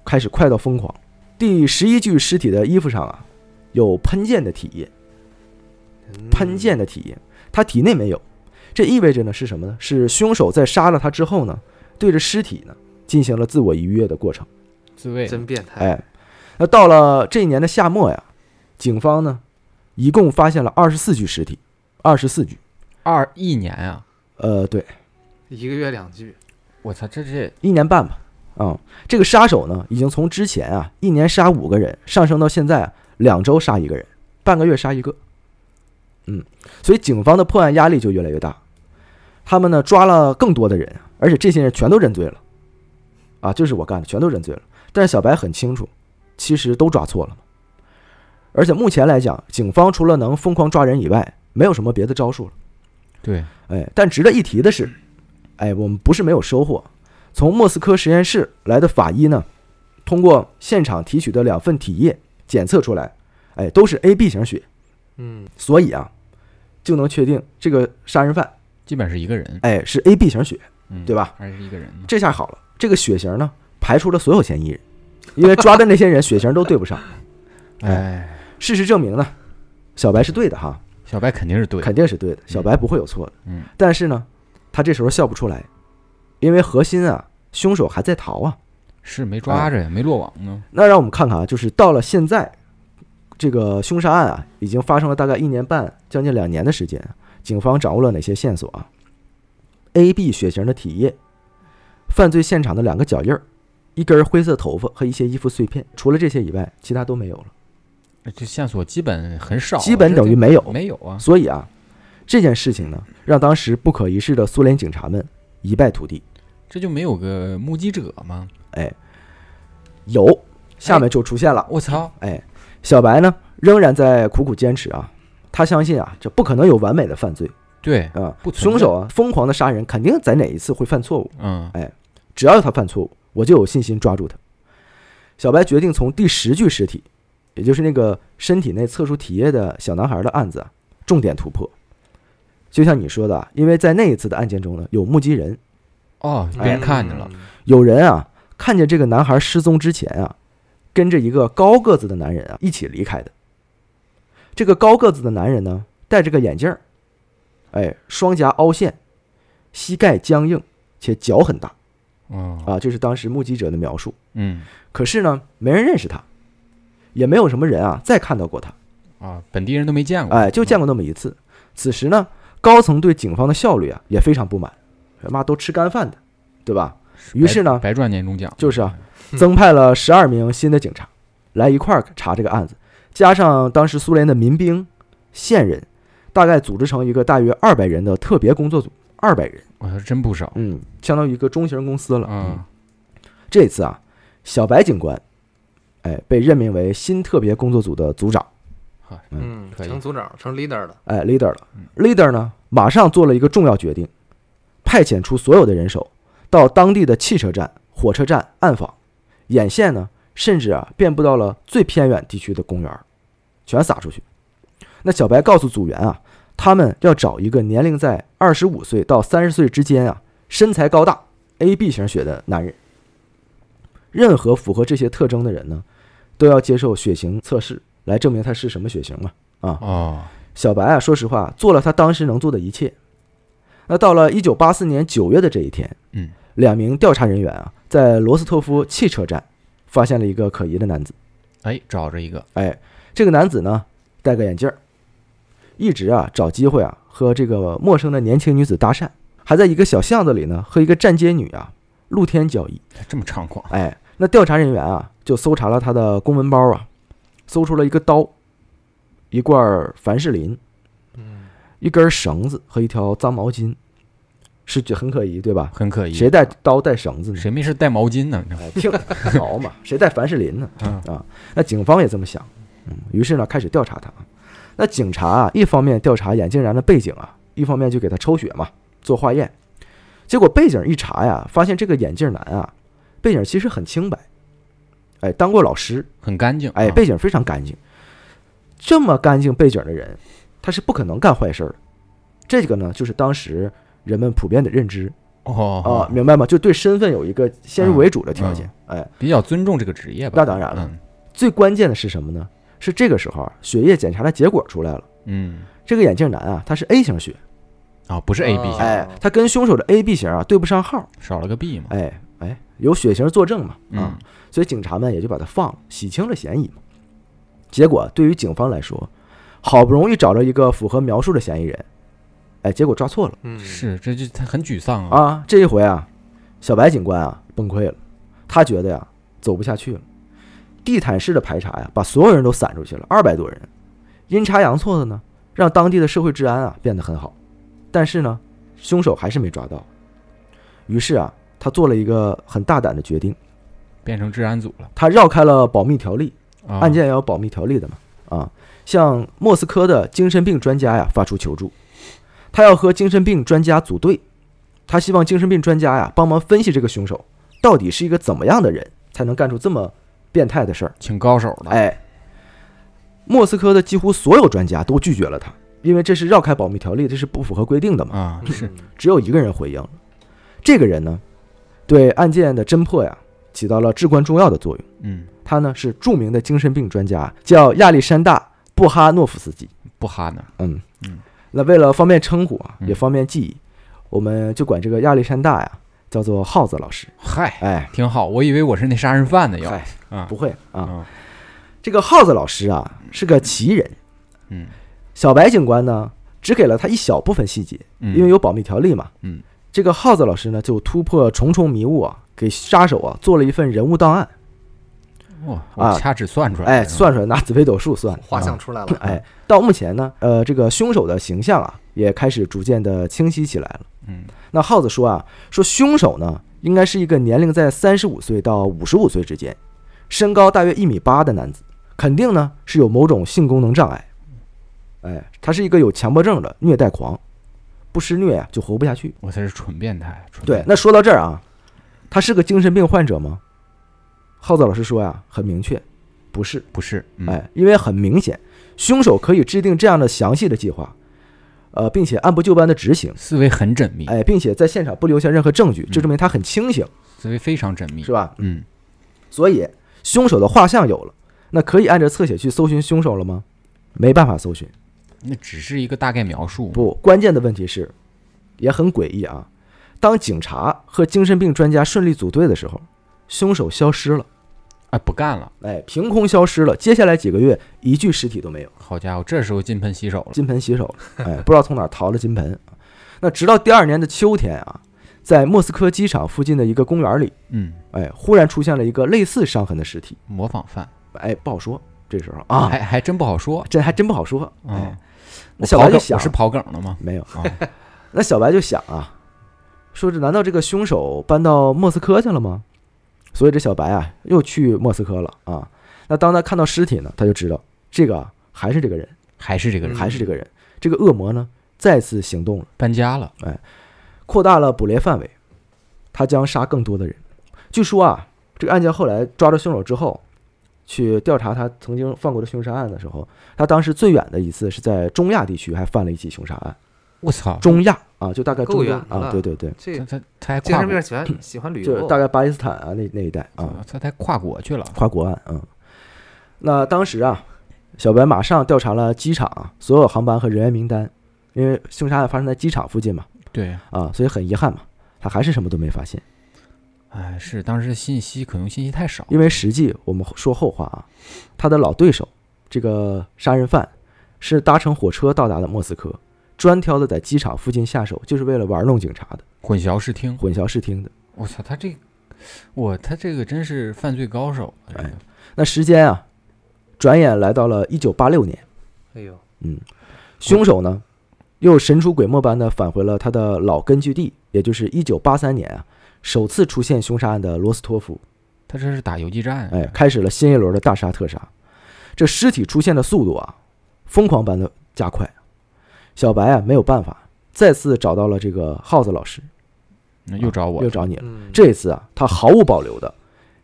S1: 开始快到疯狂。第十一具尸体的衣服上啊，有喷溅的体液。
S3: 嗯
S1: 喷溅的体液，他体内没有。这意味着呢是什么呢？是凶手在杀了他之后呢，对着尸体呢进行了自我愉悦的过程。
S2: 自
S3: 嗯
S2: 卫
S3: 真变态，
S1: 哎，那到了这一年的夏末呀，警方呢一共发现了二十四具尸体，二十四具。
S2: 二一年啊，
S1: 呃，对，
S3: 一个月两句，
S2: 我操，这这
S1: 一年半吧。嗯，这个杀手呢，已经从之前啊一年杀五个人，上升到现在、啊、两周杀一个人，半个月杀一个。嗯，所以警方的破案压力就越来越大。他们呢抓了更多的人，而且这些人全都认罪了，啊，就是我干的，全都认罪了。但是小白很清楚，其实都抓错了嘛。而且目前来讲，警方除了能疯狂抓人以外，没有什么别的招数了。
S2: 对
S1: 哎，但值得一提的是，哎，我们不是没有收获。从莫斯科实验室来的法医呢，通过现场提取的两份体液检测出来，哎，都是 AB 型血，
S3: 嗯，
S1: 所以啊，就能确定这个杀人犯，
S2: 基本是一个人，
S1: 哎，是 AB 型血。
S2: 嗯，
S1: 对吧？
S2: 还是一个人嘛，
S1: 这下好了，这个血型呢，排除了所有嫌疑人，因为抓的那些人血型都对不上。
S2: 哎，
S1: 事实证明呢，小白是对的哈，
S2: 小白肯定是对的，
S1: 肯定是对的，小白不会有错的。
S2: 嗯，
S1: 但是呢，他这时候笑不出来，因为核心啊，凶手还在逃啊。
S2: 是没
S1: 哎
S2: 抓着呀，没落网呢。
S1: 那让我们看看啊，就是到了现在，这个凶杀案啊，已经发生了大概一年半，将近两年的时间，警方掌握了哪些线索啊？A、B 血型的体液，犯罪现场的两个脚印儿，一根灰色头发和一些衣服碎片。除了这些以外，其他都没有了，
S2: 这线索基本很少啊，
S1: 基本
S2: 这
S1: 等于
S2: 这
S1: 没有。
S2: 没有啊。
S1: 所以啊，这件事情呢，让当时不可一世的苏联警察们一败涂地。
S2: 这就没有个目击者吗？
S1: 有，下面就出现了。
S2: 我操，
S1: 哎，小白呢仍然在苦苦坚持啊，他相信啊，这不可能有完美的犯罪
S2: 对，
S1: 啊，
S2: 不存在
S1: 凶手啊疯狂的杀人，肯定在哪一次会犯错误，
S2: 嗯，
S1: 只要他犯错误，我就有信心抓住他。小白决定从第十具尸体，也就是那个身体内测出体液的小男孩的案子啊，重点突破。就像你说的啊，因为在那一次的案件中呢，有目击人，
S2: 哦，别人看见了，
S3: 嗯，
S1: 有人啊看见这个男孩失踪之前啊，跟着一个高个子的男人啊一起离开的。这个高个子的男人呢，戴着个眼镜儿，哎，双颊凹陷，膝盖僵硬，且脚很大
S2: 嗯
S1: 啊，这是当时目击者的描述。
S2: 嗯
S1: 可是呢，没人认识他，也没有什么人啊再看到过他，
S2: 啊，本地人都没见过，
S1: 哎，就见过那么一次。此时呢，高层对警方的效率啊也非常不满，哎妈都吃干饭的，对吧？
S2: 白
S1: 于是呢
S2: 白赚年终奖，
S1: 就是啊，
S3: 嗯
S1: 增派了十二名新的警察来一块儿查这个案子，加上当时苏联的民兵、线人，大概组织成一个大约二百人的特别工作组，二百人，
S2: 我说真不少，
S1: 嗯，相当于一个中型公司了。
S2: 嗯，
S1: 这次啊，小白警官，哎，被任命为新特别工作组的组长，
S3: 嗯，
S2: 可以
S3: 成组长成 leader 了，
S1: 哎，leader 了。leader 呢，马上做了一个重要决定，派遣出所有的人手到当地的汽车站、火车站暗访，眼线呢，甚至啊遍布到了最偏远地区的公园儿，全撒出去。那小白告诉组员啊，他们要找一个年龄在二十五岁到三十岁之间啊，身材高大、AB 型血的男人。任何符合这些特征的人呢，都要接受血型测试来证明他是什么血型嘛。啊，
S2: 哦，
S1: 小白啊，说实话，做了他当时能做的一切。那到了一九八四年九月的这一天，
S2: 嗯，
S1: 两名调查人员啊，在罗斯托夫汽车站发现了一个可疑的男子。
S2: 哎，找着一个，
S1: 哎，这个男子呢，戴个眼镜儿，一直啊找机会啊和这个陌生的年轻女子搭讪，还在一个小巷子里呢和一个站街女啊露天交易。
S2: 这么猖狂，
S1: 哎，那调查人员啊就搜查了他的公文包啊，搜出了一个刀、一罐儿凡士林、
S3: 嗯
S1: 一根绳子和一条脏毛巾，是就很可疑，对吧？
S2: 很可疑。啊
S1: 谁带刀带绳子呢？
S2: 谁没事带毛巾呢？
S1: 哎，听毛嘛，谁带凡士林呢？
S2: 嗯
S1: 啊，那警方也这么想，嗯，于是呢开始调查他。啊那警察啊，一方面调查眼镜男的背景啊，一方面就给他抽血嘛，做化验。结果背景一查呀，发现这个眼镜男啊，背景其实很清白，哎，当过老师，
S2: 很干净。
S1: 哎，
S2: 啊
S1: 背景非常干净。这么干净背景的人，他是不可能干坏事儿的。这个呢，就是当时人们普遍的认知啊、
S2: 哦，
S1: 明白吗？就对身份有一个先入为主的条件。哎，
S2: 比较尊重这个职业吧。
S1: 那当然了。
S2: 嗯
S1: 最关键的是什么呢？是这个时候啊血液检查的结果出来了，
S2: 嗯，
S1: 这个眼镜男啊，他是 A 型血，
S2: 啊，不是 A B 型，
S1: 哎，他跟凶手的 AB 型啊对不上号，
S2: 少了个 B 嘛。
S1: 哎哎，有血型作证嘛，啊
S2: 嗯，，
S1: 所以警察们也就把他放了，洗清了嫌疑嘛。结果对于警方来说，好不容易找着一个符合描述的嫌疑人，哎，结果抓错了
S3: 嗯，
S2: 是，这就他很沮丧啊。
S1: 啊！这一回啊，小白警官啊崩溃了，他觉得呀、走不下去了。地毯式的排查呀、把所有人都散出去了，二百多人。阴差阳错的呢，让当地的社会治安啊变得很好。但是呢，凶手还是没抓到。于是啊，他做了一个很大胆的决定，
S2: 变成治安组了。
S1: 他绕开了保密条例，
S2: 啊
S1: 案件也有保密条例的嘛，啊，向莫斯科的精神病专家呀发出求助，他要和精神病专家组队，他希望精神病专家呀帮忙分析这个凶手到底是一个怎么样的人，才能干出这么变态的事儿。
S2: 请高手了。
S1: 哎，莫斯科的几乎所有专家都拒绝了他，因为这是绕开保密条例，这是不符合规定的嘛。
S2: 啊，
S3: 嗯
S2: 是，
S1: 只有一个人回应了，这个人呢，对案件的侦破呀起到了至关重要的作用。
S2: 嗯，
S1: 他呢是著名的精神病专家，叫亚历山大·布哈诺夫斯基。
S2: 不哈呢。
S1: 嗯
S2: 嗯，
S1: 那为了方便称呼啊，
S2: 嗯
S1: 也方便记忆，我们就管这个亚历山大呀叫做耗子老师。
S2: 嗨，
S1: 哎，
S2: 挺好，我以为我是那杀人犯呢，要
S1: 嗨，
S2: 啊
S1: 不会啊，
S2: 啊，
S1: 这个耗子老师啊是个奇人。
S2: 嗯
S1: 小白警官呢只给了他一小部分细节，
S2: 嗯，
S1: 因为有保密条例嘛。
S2: 嗯，
S1: 这个耗子老师呢就突破重重迷雾啊，给杀手啊做了一份人物档案。
S2: 哇，
S1: 啊
S2: 我掐指算出来了，
S1: 哎，算出来拿紫微斗数算，
S3: 画像出来了，
S1: 哎，到目前呢，呃，这个凶手的形象啊，也开始逐渐的清晰起来了。
S2: 嗯，
S1: 那耗子说啊，说凶手呢，应该是一个年龄在三十五岁到五十五岁之间，身高大约一米八的男子，肯定呢是有某种性功能障碍。哎，他是一个有强迫症的虐待狂，不施虐啊就活不下去。
S2: 我才是纯变态，纯
S1: 对
S2: 变，态
S1: 那说到这儿啊，他是个精神病患者吗？耗子老师说呀、很明确，不是。
S2: 不是，嗯，
S1: 哎，因为很明显，凶手可以制定这样的详细的计划，呃，并且按部就班的执行，
S2: 思维很缜密，
S1: 哎，并且在现场不留下任何证据，这
S2: 嗯
S1: 证明他很清醒，
S2: 思维非常缜密
S1: 是，吧？
S2: 嗯，
S1: 所以凶手的画像有了，那可以按照侧写去搜寻凶手了吗？没办法搜寻。
S2: 那只是一个大概描述，
S1: 不，关键的问题是，也很诡异啊。当警察和精神病专家顺利组队的时候，凶手消失了，
S2: 哎，不干了，
S1: 哎，凭空消失了。接下来几个月，一具尸体都没有。
S2: 好家伙，这时候金盆洗手了，
S1: 金盆洗手了，哎，不知道从哪儿淘了金盆。啊那直到第二年的秋天啊，在莫斯科机场附近的一个公园里，
S2: 嗯，
S1: 哎，忽然出现了一个类似伤痕的尸体，
S2: 模仿犯，
S1: 哎，不好说，这时候啊，
S2: 还还真不好说，
S1: 这还真不好说。哎
S2: 嗯，，
S1: 那
S2: 哎我
S1: 小
S2: 刨
S1: 白就
S2: 梗，
S1: 想
S2: 我是刨梗了吗？
S1: 没有，
S2: 啊，
S1: 那小白就想啊，说这难道这个凶手搬到莫斯科去了吗？所以这小白啊又去莫斯科了啊。那当他看到尸体呢，他就知道这个啊还是这个人，
S2: 还是这个人
S3: 嗯
S1: 还是这个人，这个恶魔呢再次行动了。
S2: 搬家了，
S1: 扩大了捕猎范围，他将杀更多的人。据说啊，这个案件后来抓着凶手之后，去调查他曾经犯过的凶杀案的时候，他当时最远的一次是在中亚地区还犯了一起凶杀案。
S2: 我操，
S1: 中亚啊，就大概
S3: 够
S1: 中
S3: 远
S1: 东啊，
S3: 了
S1: 对对对，嗯
S3: 这
S2: 他他他还
S3: 精
S2: 跨
S3: 神
S2: 国
S3: 病喜欢喜欢旅
S1: 就是
S3: 游，
S1: 大概巴基斯坦啊那那一带啊，
S3: 嗯
S2: 他他跨国去了，
S1: 跨国案，嗯。那当时啊，小白马上调查了机场啊所有航班和人员名单，因为凶杀案发生在机场附近嘛，
S2: 对，
S1: 啊，所以很遗憾嘛，他还是什么都没发现。
S2: 哎，是当时信息可用信息太少，
S1: 因为实际我们说后话啊，他的老对手这个杀人犯是搭乘火车到达的莫斯科，专挑的在机场附近下手，就是为了玩弄警察的、
S2: 混淆视听，
S1: 混淆视听的。
S2: 我操，他这，我他这个真是犯罪高手，
S1: 哎那时间啊，转眼来到了一九八六年，
S3: 哎呦，
S1: 凶手呢又神出鬼没般的返回了他的老根据地，也就是一九八三年啊，首次出现凶杀案的罗斯托夫，
S2: 他这是打游击战啊，
S1: 哎，开始了新一轮的大杀特杀。这尸体出现的速度啊，疯狂般的加快。小白啊没有办法，再次找到了这个耗子老师，
S2: 那又找我
S1: 啊又，找你了。
S3: 嗯，
S1: 这次啊，他毫无保留的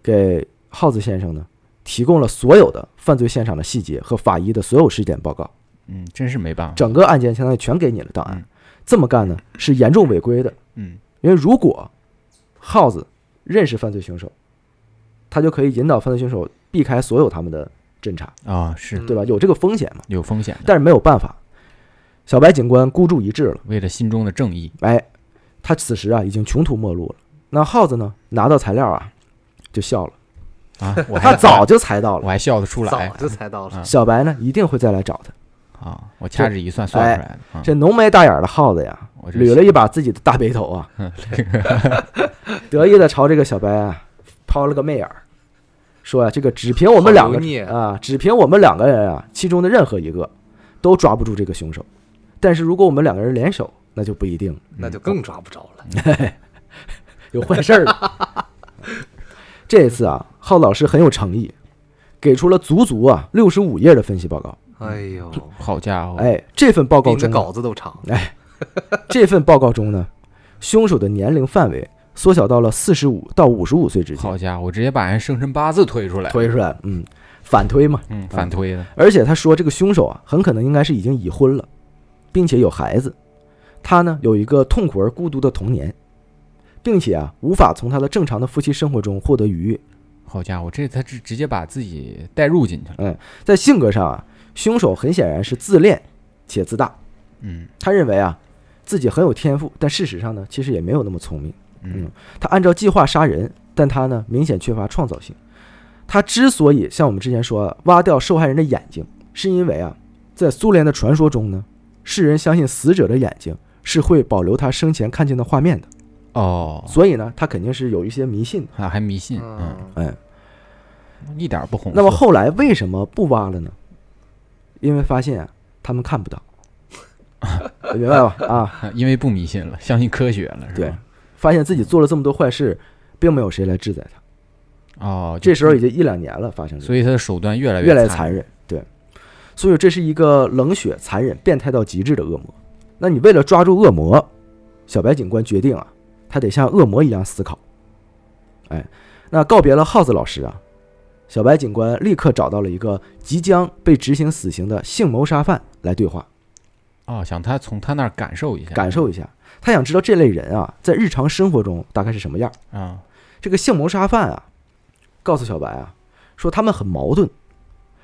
S1: 给耗子先生呢提供了所有的犯罪现场的细节和法医的所有尸检报告，
S2: 嗯，真是没办法，
S1: 整个案件相当于全给你了档案
S2: 嗯。
S1: 这么干呢是严重违规的，
S2: 嗯，
S1: 因为如果耗子认识犯罪凶手，他就可以引导犯罪凶手避开所有他们的侦查，
S2: 啊，是
S3: 嗯
S1: 对吧？有这个风险嘛？
S2: 有风险的，
S1: 但是没有办法，小白警官孤注一掷了。
S2: 为了心中的正义，
S1: 哎，他此时啊已经穷途末路了。那耗子呢，拿到材料啊，就笑了，
S2: 啊，我
S1: 他
S2: 还
S1: 早就猜到
S2: 我
S1: 了，
S2: 还笑得出来
S1: 哎
S3: 早就猜到了，
S2: 啊
S1: 小白呢一定会再来找他。
S2: 啊，我掐指一算算出来的啊，
S1: 哎这浓眉大眼的耗子呀，
S2: 我这
S1: 捋了一把自己的大背头 啊，得意的朝这个小白啊抛了个媚眼儿，说啊，这个只凭我们两
S3: 好
S1: 个
S3: 油腻啊
S1: 啊，只凭我们两个人啊，其中的任何一个都抓不住这个凶手。但是如果我们两个人联手，那就不一定了。
S3: 那就更抓不着了。
S1: 嗯有坏事儿了。 这一次啊，浩老师很有诚意，给出了足足啊六十五页的分析报告。
S3: 哎呦，
S2: 好家伙，
S1: 哎，这份报
S3: 比
S1: 告
S3: 你的
S1: 中啊，
S3: 哦稿子都长。
S1: 这份报告中呢，凶手的年龄范围缩小到了四十五到五十五岁之间，
S2: 好家伙，我直接把人生辰八字推出来，
S1: 推出来，嗯，反推嘛。
S2: 嗯，反推的，
S1: 而且他说，这个凶手啊，很可能应该是已经已婚了，并且有孩子。他呢，有一个痛苦而孤独的童年，并且啊，无法从他的正常的夫妻生活中获得愉悦。
S2: 好家伙，这他直直接把自己带入进去了，
S1: 在性格上啊，凶手很显然是自恋且自大。
S2: 嗯
S1: 他认为啊，自己很有天赋，但事实上呢，其实也没有那么聪明。
S2: 嗯，
S1: 他按照计划杀人，但他呢，明显缺乏创造性。他之所以像我们之前说挖掉受害人的眼睛，是因为啊，在苏联的传说中呢，世人相信死者的眼睛是会保留他生前看见的画面的，
S2: 哦，
S1: 所以呢，他肯定是有一些迷信的。
S2: 还还迷信，嗯，
S3: 嗯，
S1: 哎，
S2: 一点儿不红色，
S1: 那么后来为什么不挖了呢？因为发现啊，他们看不 到，明白吧？啊，
S2: 啊因为不迷信了，相信科学了，是
S1: 对
S2: 吧？，
S1: 发现自己做了这么多坏事，并没有谁来制裁他。
S2: 哦，就
S1: 这时候已经一两年了，发生这个
S2: 所以他的手段越来
S1: 越来越
S2: 残
S1: 残忍，对，所以这是一个冷血、残忍、变态到极致的恶魔。那你为了抓住恶魔，小白警官决定啊，他得像恶魔一样思考。哎，那告别了耗子老师啊，小白警官立刻找到了一个即将被执行死刑的性谋杀犯来对话，
S2: 哦，想他从他那儿感受一下，
S1: 感受一下。他想知道这类人啊，在日常生活中大概是什么样儿。
S2: 啊，
S1: 这个性谋杀犯啊，告诉小白啊，说他们很矛盾，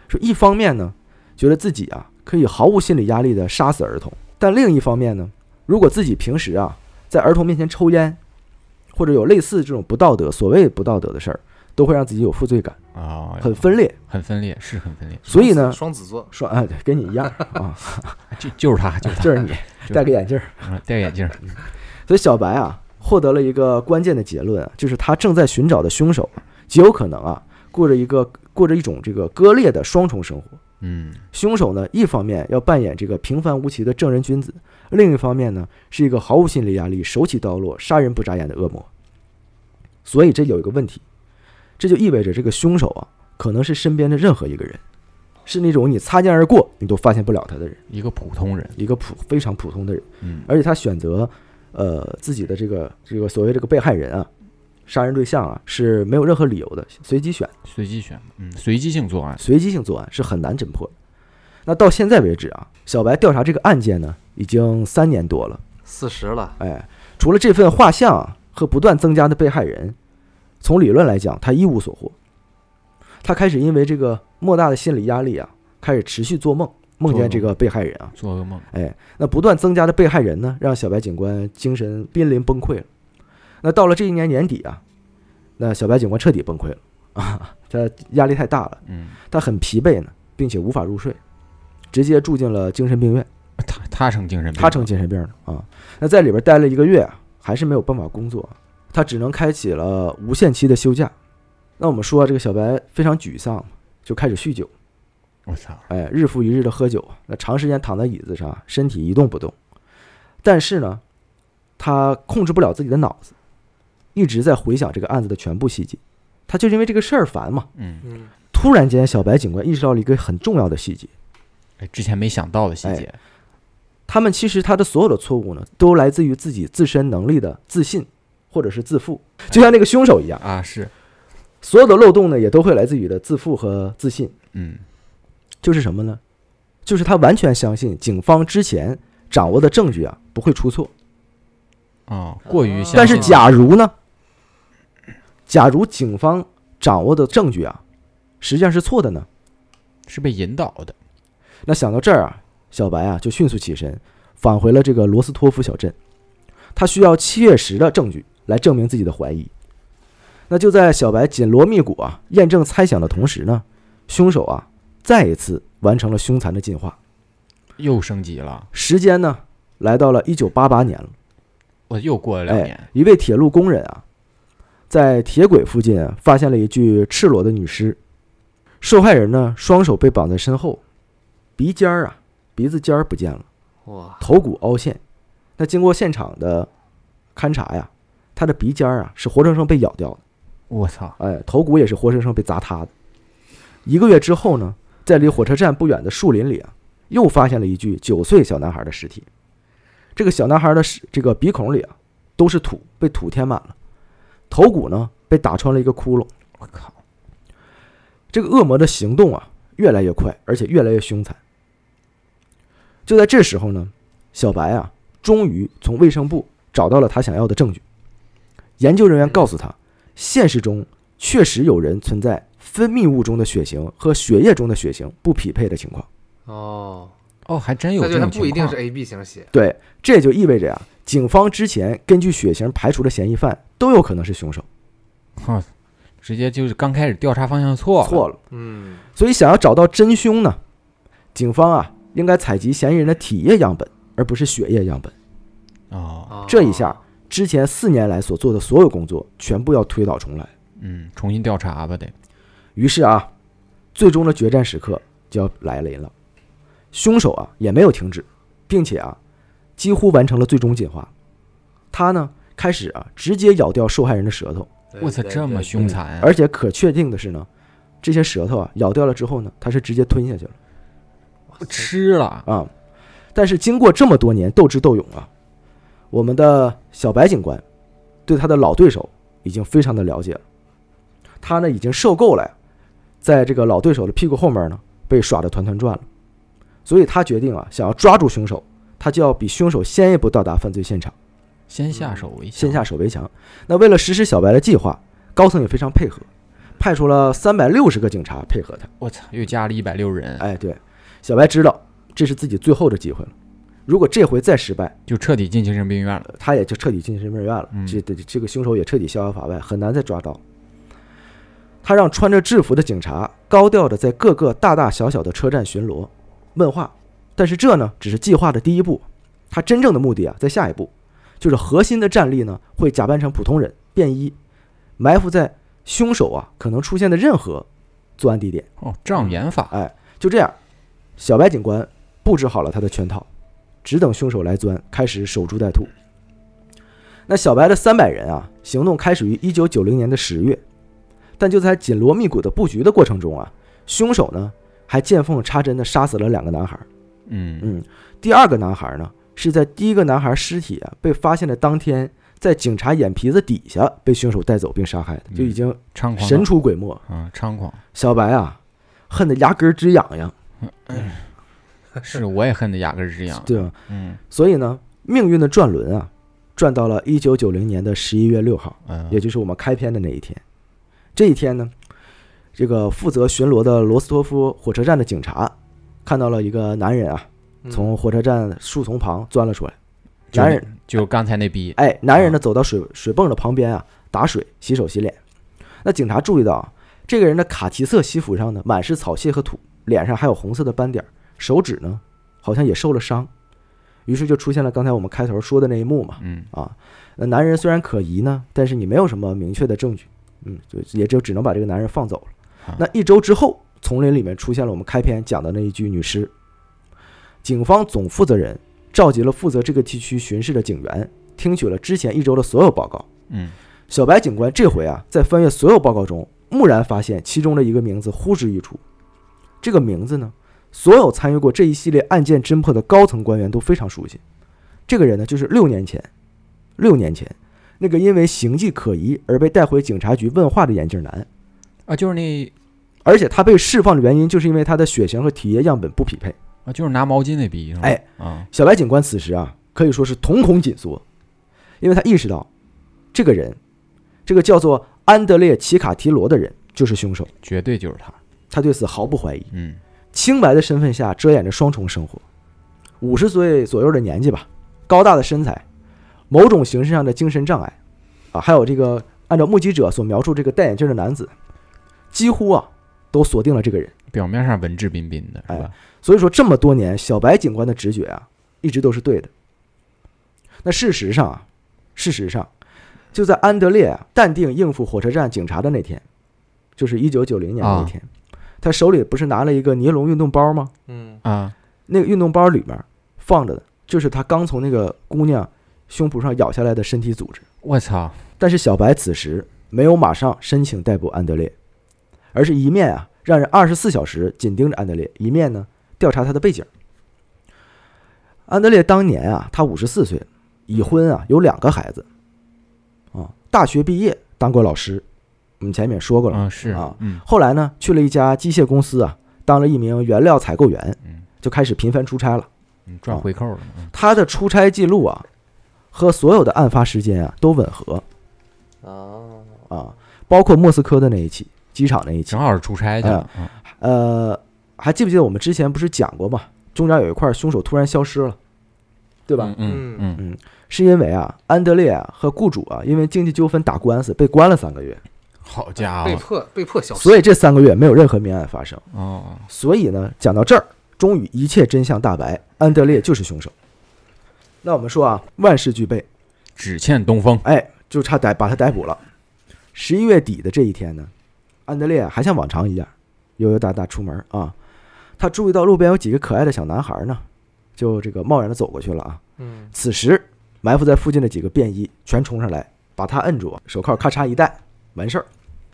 S1: 说一方面呢，觉得自己啊可以毫无心理压力的杀死儿童，但另一方面呢，如果自己平时啊在儿童面前抽烟，或者有类似这种不道德、所谓不道德的事儿，都会让自己有负罪感，
S2: 哦，
S1: 很分裂。
S2: 很分裂，是很分裂，
S1: 所以呢，
S3: 双子座，
S1: 说啊，对跟你一 样啊，
S2: 就就是他，就是
S1: 就是你
S2: 就
S1: 戴个眼镜儿。
S2: 他，戴眼镜儿，
S1: 所以小白啊获得了一个关键的结论啊，就是他正在寻找的凶手极有可能啊过着一个过着一种这个割裂的双重生活。
S2: 嗯，
S1: 凶手呢，一方面要扮演这个平凡无奇的正人君子，另一方面呢是一个毫无心理压力、手起刀落、杀人不眨眼的恶魔。所以这有一个问题，这就意味着这个凶手啊，可能是身边的任何一个人，是那种你擦肩而过你都发现不了他的人，
S2: 一个普通人，
S1: 一个普非常普通的人。
S2: 嗯，
S1: 而且他选择，呃，自己的这个这个所谓这个被害人啊，杀人对象啊是没有任何理由的，随机选，
S2: 随机选，嗯，随机性作案，
S1: 随机性作案是很难侦破的。那到现在为止啊，小白调查这个案件呢，已经三年多了。
S3: 四十了，
S1: 哎，除了这份画像啊和不断增加的被害人，从理论来讲，他一无所获。他开始因为这个莫大的心理压力啊，开始持续做梦，梦见这个被害人啊。
S2: 做噩梦，
S1: 哎，那不断增加的被害人呢，让小白警官精神濒临崩溃了。那到了这一年年底啊，那小白警官彻底崩溃了 啊，他压力太大了，
S2: 嗯，
S1: 他很疲惫呢，并且无法入睡，直接住进了精神病院。
S2: 他他成精神病，
S1: 他成精神病了啊，那在里边待了一个月啊，还是没有办法工作，他只能开启了无限期的休假。那我们说啊这个小白非常沮丧，就开始酗酒，
S2: 我操，
S1: 哎，日复一日的喝酒，那长时间躺在椅子上，身体一动不动。但是呢，他控制不了自己的脑子，一直在回想这个案子的全部细节。他就是因为这个事儿烦嘛。
S2: 嗯，
S3: 嗯，
S1: 突然间，小白警官意识到了一个很重要的细节：
S2: 哎，之前没想到的细
S1: 哎
S2: 节，
S1: 他们其实他的所有的错误呢，都来自于自己自身能力的自信或者是自负，就像那个凶手一样，
S2: 啊，是，
S1: 所有的漏洞呢，也都会来自于的自负和自信。
S2: 嗯，
S1: 就是什么呢？就是他完全相信警方之前掌握的证据啊不会出错。
S2: 哦，过于
S3: 啊
S2: 相信，
S1: 但是假如呢？假如警方掌握的证据啊，实际上是错的呢？
S2: 是被引导的，
S1: 那想到这儿啊，小白啊就迅速起身，返回了这个罗斯托夫小镇。他需要切实的证据来证明自己的怀疑。那就在小白紧锣密鼓啊验证猜想的同时呢，凶手啊再一次完成了凶残的进化。
S2: 又升级了，
S1: 时间呢来到了一九八八年了。
S2: 我又过
S1: 哎
S2: 了两年，
S1: 一位铁路工人啊，在铁轨附近啊发现了一具赤裸的女尸，受害人呢双手被绑在身后，鼻尖儿啊鼻子尖儿不见了，
S3: 哇，
S1: 头骨凹陷。那经过现场的勘查呀，她的鼻尖儿啊是活生生被咬掉的，
S2: 我操，
S1: 哎，头骨也是活生生被砸塌的。一个月之后呢，在离火车站不远的树林里啊，又发现了一具九岁小男孩的尸体。这个小男孩的尸这个鼻孔里啊，都是土，被土填满了。头骨呢被打穿了一个窟窿。
S2: 我靠，
S1: 这个恶魔的行动啊，越来越快，而且越来越凶残。就在这时候呢，小白啊，终于从卫生部找到了他想要的证据。研究人员告诉他，现实中确实有人存在分泌物中的血型和血液中的血型不匹配的情况。
S3: 哦，
S2: 哦，还真有
S3: 那
S2: 这
S3: 就它
S2: 种情况，
S3: 不一定是 A B 型血，
S1: 对，这也就意味着呀、警方之前根据血型排除的嫌疑犯都有可能是凶手，
S2: 哦，直接就是刚开始调查方向错了，
S1: 错了。
S3: 嗯，
S1: 所以想要找到真凶呢，警方啊应该采集嫌疑人的体液样本，而不是血液样本。
S2: 哦，
S1: 这一下之前四年来所做的所有工作全部要推倒重来。
S2: 嗯，重新调查吧得，
S1: 于是啊，最终的决战时刻就要来临了。凶手啊也没有停止，并且啊几乎完成了最终进化。他呢开始啊直接咬掉受害人的舌头，嗯
S3: 对，
S2: 我操，
S3: 对
S2: 这么，凶残啊，
S1: 而且可确定的是呢，这些舌头啊咬掉了之后呢，他是直接吞下去了
S2: 我吃了，
S1: 啊。但是经过这么多年斗智斗勇啊，我们的小白警官对他的老对手已经非常的了解了。他呢已经受够了呀，在这个老对手的屁股后面呢被耍得团团转了，所以他决定啊，想要抓住凶手，他就要比凶手先一步到达犯罪现场，
S2: 先下手为
S1: 嗯
S2: 强，
S1: 先下手为强。那为了实施小白的计划，高层也非常配合，派出了三百六十个警察配合他。
S2: 我操，又加了一百六人，
S1: 哎，对，小白知道这是自己最后的机会了，如果这回再失败，
S2: 就彻底进精神病院了，
S1: 他也就彻底进精神病院了
S2: 嗯。
S1: 这这这个凶手也彻底逍遥法外，很难再抓到。他让穿着制服的警察高调的在各个大大小小的车站巡逻、问话，但是这呢只是计划的第一步，他真正的目的啊在下一步，就是核心的战力呢会假扮成普通人便衣，埋伏在凶手啊可能出现的任何作案地点。
S2: 哦，障眼法，
S1: 就这样，小白警官布置好了他的圈套，只等凶手来钻，开始守株待兔。那小白的三百人啊，行动开始于一九九零年的十月，但就在紧锣密鼓的布局的过程中啊，凶手呢还见缝插针的杀死了两个男孩。
S2: 嗯，
S1: 嗯，第二个男孩呢是在第一个男孩尸体啊被发现的当天，在警察眼皮子底下被凶手带走并杀害的，就已经
S2: 嗯猖狂到，
S1: 神出鬼没。
S2: 啊，猖狂，
S1: 小白啊，恨得牙根儿直痒痒，
S2: 是，我也恨得牙根儿 直痒，
S1: 对吧？
S2: 嗯
S1: 所以呢，命运的转轮啊，转到了一九九零年的十一月六号，
S2: 嗯，
S1: 也就是我们开篇的那一天。这一天呢，这个负责巡逻的罗斯托夫火车站的警察看到了一个男人啊，
S3: 嗯
S1: 从火车站树丛旁钻了出来。
S2: 就
S1: 男
S2: 那
S1: 人，
S2: 就刚才那逼，
S1: 哎，男人呢走到水水泵的旁边啊，打水、洗手、洗脸。那警察注意到啊，这个人的卡其色西服上呢满是草屑和土，脸上还有红色的斑点儿，手指呢好像也受了伤。于是就出现了刚才我们开头说的那一幕嘛，
S2: 嗯，
S1: 啊，那男人虽然可疑呢，但是你没有什么明确的证据，嗯，就也就只能把这个男人放走了
S2: 啊。
S1: 那一周之后，丛林里面出现了我们开篇讲的那一具女尸。警方总负责人召集了负责这个地区巡视的警员，听取了之前一周的所有报告。
S2: 嗯，
S1: 小白警官这回啊，在翻阅所有报告中，蓦然发现其中的一个名字呼之欲出。这个名字呢，所有参与过这一系列案件侦破的高层官员都非常熟悉。这个人呢，就是六年前，六年前那个因为形迹可疑而被带回警察局问话的眼镜男，
S2: 啊，就是那
S1: 而且他被释放的原因就是因为他的血型和体液样本不匹配。
S2: 啊，就是拿毛巾那逼是吧？
S1: 哎，
S2: 啊，
S1: 小白警官此时啊，可以说是瞳孔紧缩，因为他意识到，这个人，这个叫做安德烈·奇卡提罗的人就是凶手，
S2: 绝对就是他。
S1: 他对此毫不怀疑。
S2: 嗯，
S1: 清白的身份下遮掩着双重生活，五十岁左右的年纪吧，高大的身材，某种形式上的精神障碍，啊，还有这个按照目击者所描述这个戴眼镜的男子，几乎啊都锁定了这个人。
S2: 表面上文质彬彬的
S1: 哎
S2: 是吧？
S1: 所以说这么多年，小白警官的直觉啊，一直都是对的。那事实上啊，事实上，就在安德烈啊淡定应付火车站警察的那天，就是一九九零年的那天，他手里不是拿了一个尼龙运动包吗？
S3: 嗯，
S2: 啊，
S1: 那个运动包里面放着的就是他刚从那个姑娘胸脯上咬下来的身体组织。
S2: 我操，
S1: 但是小白此时没有马上申请逮捕安德烈，而是一面啊让人二十四小时紧盯着安德烈，一面呢调查他的背景。安德烈当年啊，他五十四岁，已婚啊，有两个孩子，啊，大学毕业当过老师，我们前面说过了，
S2: 啊是
S1: 啊，
S2: 嗯
S1: 后来呢，去了一家机械公司啊，当了一名原料采购员
S2: 嗯，
S1: 就开始频繁出差了。
S2: 嗯，赚回扣了，嗯
S1: 他的出差记录啊，和所有的案发时间啊都吻合
S3: 哦，
S1: 啊，包括莫斯科的那一起机场那一起
S2: 正。好是出差去了。
S1: 哎
S2: 嗯
S1: 呃，还记不记得我们之前不是讲过嘛？中间有一块凶手突然消失了，对吧？
S2: 嗯嗯嗯，
S1: 是因为啊，安德烈啊和雇主啊，因为经济纠纷打官司被关了三个月，
S2: 好家
S3: 被
S2: 伙，
S3: 迫被迫消失，
S1: 所以这三个月没有任何命案发生。
S2: 哦，
S1: 所以呢，讲到这儿，终于一切真相大白，安德烈就是凶手。那我们说啊，万事俱备，
S2: 只欠东风。
S1: 哎，就差逮把他逮捕了。十一月底的这一天呢，安德烈还像往常一样悠悠哒哒出门啊。他注意到路边有几个可爱的小男孩呢，就这个贸然的走过去了啊。
S3: 嗯，
S1: 此时，埋伏在附近的几个便衣全冲上来，把他摁住，手铐咔嚓一戴，完事儿。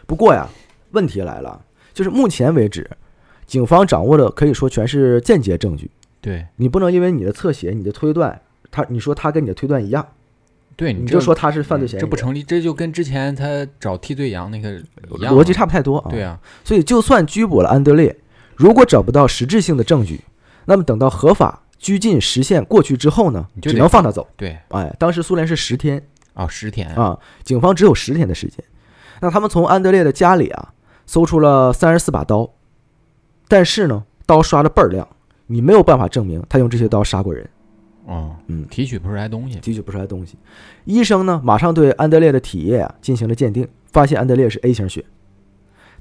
S1: 不过呀，问题来了，就是目前为止，警方掌握的可以说全是间接证据，
S2: 对
S1: 你不能因为你的侧写、你的推断，他你说他跟你的推断一样，
S2: 对，
S1: 你
S2: 嗯这
S1: 就说他是犯罪嫌疑人，
S2: 这不成立，这就跟之前他找替罪羊那个一样
S1: 逻辑差不太多啊。
S2: 对啊，
S1: 所以，就算拘捕了安德烈，如果找不到实质性的证据，那么等到合法拘禁时限过去之后呢，
S2: 你就
S1: 只
S2: 得
S1: 能放他走。
S2: 对
S1: 哎，当时苏联是十天
S2: 哦，十天
S1: 啊，警方只有十天的时间。那他们从安德烈的家里啊，搜出了三十四把刀，但是呢，刀刷的倍儿亮，你没有办法证明他用这些刀杀过人，
S2: 哦，
S1: 嗯
S2: 提取不出来东西，
S1: 提取不出来东西。医生呢，马上对安德烈的体液啊进行了鉴定，发现安德烈是 A 型血，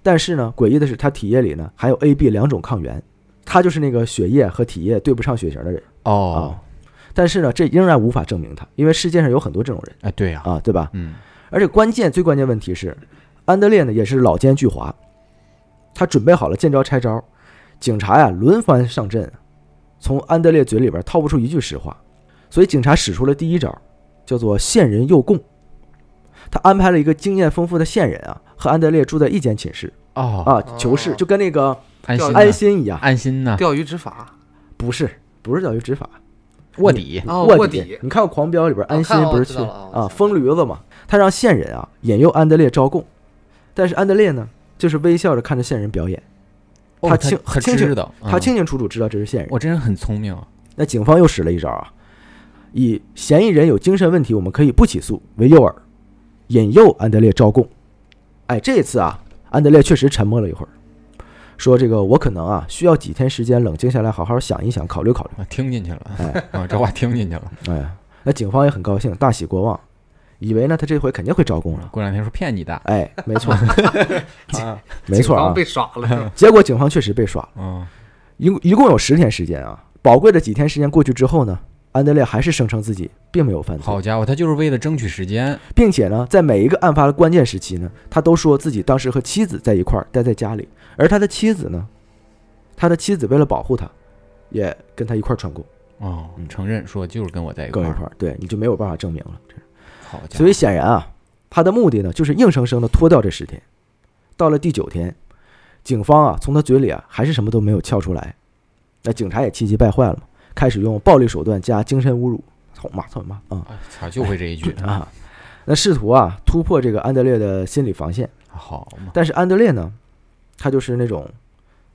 S1: 但是呢，诡异的是，他体液里呢含有 A、B 两种抗原，他就是那个血液和体液对不上血型的人啊、
S2: 哦，
S1: 但是呢，这仍然无法证明他，因为世界上有很多这种人
S2: 哎，对呀、
S1: 啊，对吧？
S2: 嗯，
S1: 而且关键最关键问题是，安德烈呢也是老奸巨猾，他准备好了见招拆招，警察呀轮番上阵，从安德烈嘴里边套不出一句实话，所以警察使出了第一招，叫做线人诱供。他安排了一个经验丰富的线人啊，和安德烈住在一间寝室
S2: 哦，
S1: 啊，囚室就跟那个
S2: 安心
S1: 安
S2: 安
S1: 心一啊样，
S2: 安心呐，
S3: 钓鱼执法，
S1: 不是不是教育执法，
S2: 卧底
S3: 哦
S1: 卧
S3: 卧
S1: 底
S3: 底。
S1: 你看过《狂飙》里边安心
S3: 看了
S1: 不是
S3: 我知
S1: 去
S3: 道了啊我知
S1: 啊
S3: 道了
S1: 疯驴子嘛？他让线人啊引诱安德烈招供，但是安德烈呢，就是微笑着看着线人表演，
S2: 哦
S1: 他
S2: 他
S1: 清
S2: 他
S1: 清清
S2: 知
S3: 啊
S2: 道，
S1: 他
S2: 嗯，
S1: 清清楚楚知道这是线人。
S2: 我真是很聪明啊，
S1: 那警方又使了一招啊，以嫌疑人有精神问题，我们可以不起诉为诱饵，引诱安德烈招供。哎，这一次啊，安德烈确实沉默了一会儿，说这个我可能啊需要几天时间冷静下来，好好想一想，考虑考虑。
S2: 啊听进去了，
S1: 哎
S2: 啊，这话听进去 了，
S3: 嗯
S1: 哎，那警方也很高兴，大喜过望，以为呢他这回肯定会招供了。
S2: 过两天说骗你的，
S1: 哎，没 错，啊没错
S3: 警
S1: 啊
S3: 方。被耍了，
S1: 结果警方确实被耍了，
S2: 嗯，
S1: 一共一共有十天时间啊。宝贵的几天时间过去之后呢，安德烈还是声称自己并没有犯罪
S2: 好，家伙，他就是为了争取时间，
S1: 并且呢，在每一个案发的关键时期呢，他都说自己当时和妻子在一块儿待在家里，而他的妻子呢，他的妻子为了保护他，也跟他一块儿串供，
S2: 哦
S1: 嗯，
S2: 承认说就是跟我在一
S1: 跟
S2: 块
S1: 我一
S2: 儿，
S1: 块儿，对，你就没有办法证明了。
S2: 好家
S1: 所以
S2: 伙，
S1: 显然啊，他的目的呢，就是硬生生的拖掉这十天。到了第九天，警方啊从他嘴里啊还是什么都没有撬出来，那警察也气急败坏了嘛，开始用暴力手段加精神侮辱，操你妈操你妈啊
S2: 哎操，就会这一句，
S1: 啊！那试图啊突破这个安德烈的心理防线，
S2: 好嘛，
S1: 但是安德烈呢，他就是那种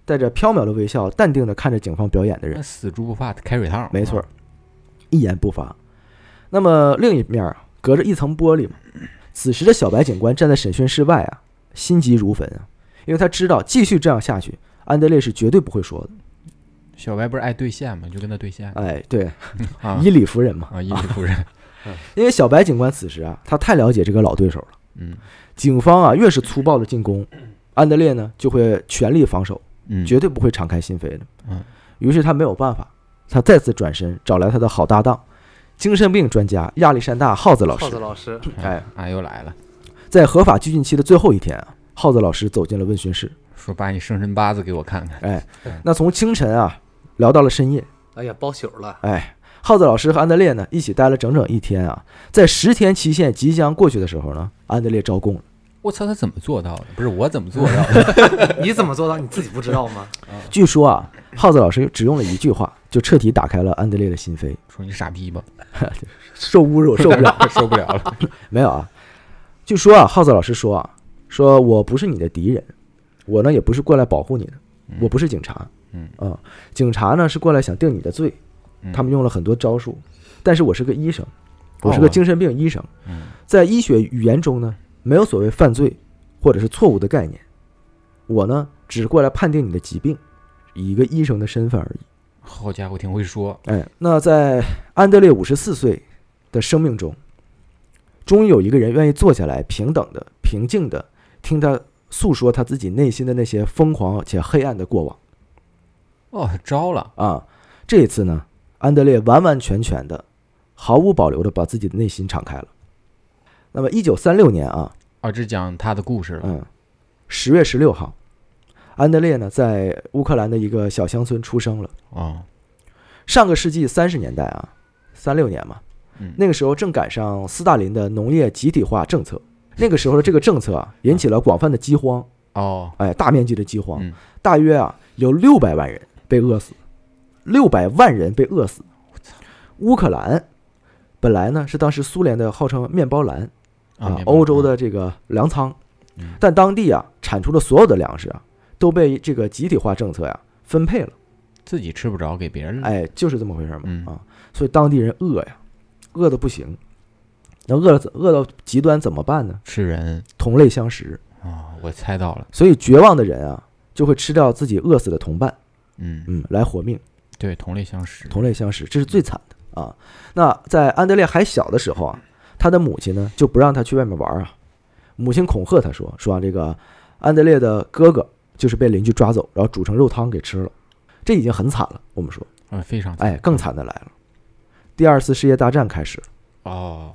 S1: 带着缥缈的微笑，淡定的看着警方表演的人
S2: 那。死猪不怕开水烫，啊
S1: 没错儿，一言不发。那么另一面儿啊，隔着一层玻璃嘛，此时的小白警官站在审讯室外啊，心急如焚啊，因为他知道继续这样下去，安德烈是绝对不会说的。
S2: 小白不是爱兑现吗？就跟他兑现
S1: 哎，对，
S2: 啊
S1: 以理服人嘛。
S2: 啊，一直 不认，
S1: 因为小白警官此时啊，他太了解这个老对手了。
S2: 嗯
S1: 警方啊，越是粗暴的进攻，安德烈呢就会全力防守，
S2: 嗯，
S1: 绝对不会敞开心扉的。
S2: 嗯，
S1: 于是他没有办法，他再次转身找来他的好搭档，精神病专家亚历山大耗 子老师。
S3: 耗子 老师，
S1: 哎
S2: 啊又来了，
S1: 在合法拘禁期的最后一天啊，耗子老师走进了问询室。
S2: 说把你生辰八字给我看看，
S1: 那从清晨啊聊到了深夜，
S3: 哎呀，包宿了，
S1: 哎，耗子老师和安德烈呢一起待了整整一天啊。在十天期限即将过去的时候呢，安德烈招供了。
S2: 我操，他怎么做到的？不是我怎么做到的？
S3: 你怎么做到？你自己不知道 吗？
S1: 据说啊，耗子老师只用了一句话，就彻底打开了安德烈的心扉，
S2: 说你傻逼吧，
S1: 受侮辱受不了。
S2: 受不了了，
S1: 没有啊，据说啊，耗子老师说啊，说我不是你的敌人，我呢也不是过来保护你的，我不是警察，
S2: 嗯
S1: 啊，警察呢是过来想定你的罪，
S2: 嗯
S1: 他们用了很多招数，但是我是个医生，我是个
S2: 哦
S1: 精神病医生，
S2: 嗯
S1: 在医学语言中呢，没有所谓犯罪或者是错误的概念，我呢只是过来判定你的疾病，以一个医生的身份而已。
S2: 好家伙，挺会说，
S1: 哎，那在安德烈五十四岁的生命中，终于有一个人愿意坐下来，平等的、平静的听他诉说他自己内心的那些疯狂且黑暗的过往
S2: 哦，招了，
S1: 啊。这一次呢，安德烈完完全全的、毫无保留的把自己的内心敞开了。那么，一九三六年啊，
S2: 哦，这讲他的故事了，
S1: 嗯，十月十六号，安德烈呢在乌克兰的一个小乡村出生了。
S2: 哦，
S1: 上个世纪三十年代啊，三六年嘛，
S2: 嗯
S1: 那个时候正赶上斯大林的农业集体化政策。那个时候的这个政策啊，引起了广泛的饥荒，
S2: 哦，
S1: 哎，大面积的饥荒，
S2: 嗯
S1: 大约啊有六百万人被饿死，六百万人被饿死。乌克兰本来呢是当时苏联的号称面包篮啊
S2: 明白，嗯了
S1: 欧洲的这个粮仓
S2: 嗯，
S1: 但当地啊产出的所有的粮食啊都被这个集体化政策呀、分配了。
S2: 自己吃不着，给别人了，
S1: 哎，就是这么回事儿嘛、
S2: 嗯
S1: 啊，所以当地人饿呀，饿的不行，那饿了怎饿到极端怎么办呢？
S2: 吃人
S1: 同类相食，
S2: 哦，我猜到了，
S1: 所以绝望的人啊，就会吃掉自己饿死的同伴，
S2: 嗯，
S1: 嗯，来活命，
S2: 对，同类相食，
S1: 同类相食，这是最惨的啊。那在安德烈还小的时候啊，他的母亲呢就不让他去外面玩儿啊，母亲恐吓他说说、啊、这个安德烈的哥哥就是被邻居抓走，然后煮成肉汤给吃了，这已经很惨了，我们说。
S2: 啊，非常惨
S1: 哎，更惨的来了。第二次世界大战开始，
S2: 哦，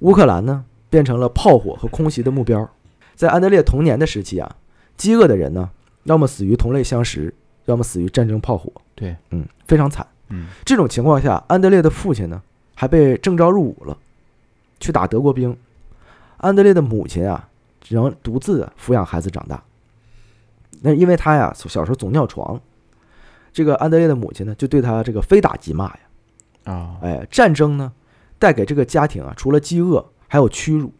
S1: 乌克兰呢变成了炮火和空袭的目标。在安德烈童年的时期啊，饥饿的人呢，要么死于同类相食，要么死于战争炮火。
S2: 对，
S1: 嗯，非常惨。
S2: 嗯，
S1: 这种情况下，安德烈的父亲呢还被征召入伍了，去打德国兵。安德烈的母亲啊，只能独自抚养孩子长大。那因为他呀小时候总尿床，这个安德烈的母亲呢就对他这个非打即骂呀。
S2: 啊，
S1: 哎，战争呢，带给这个家庭啊，除了饥饿，还有屈辱。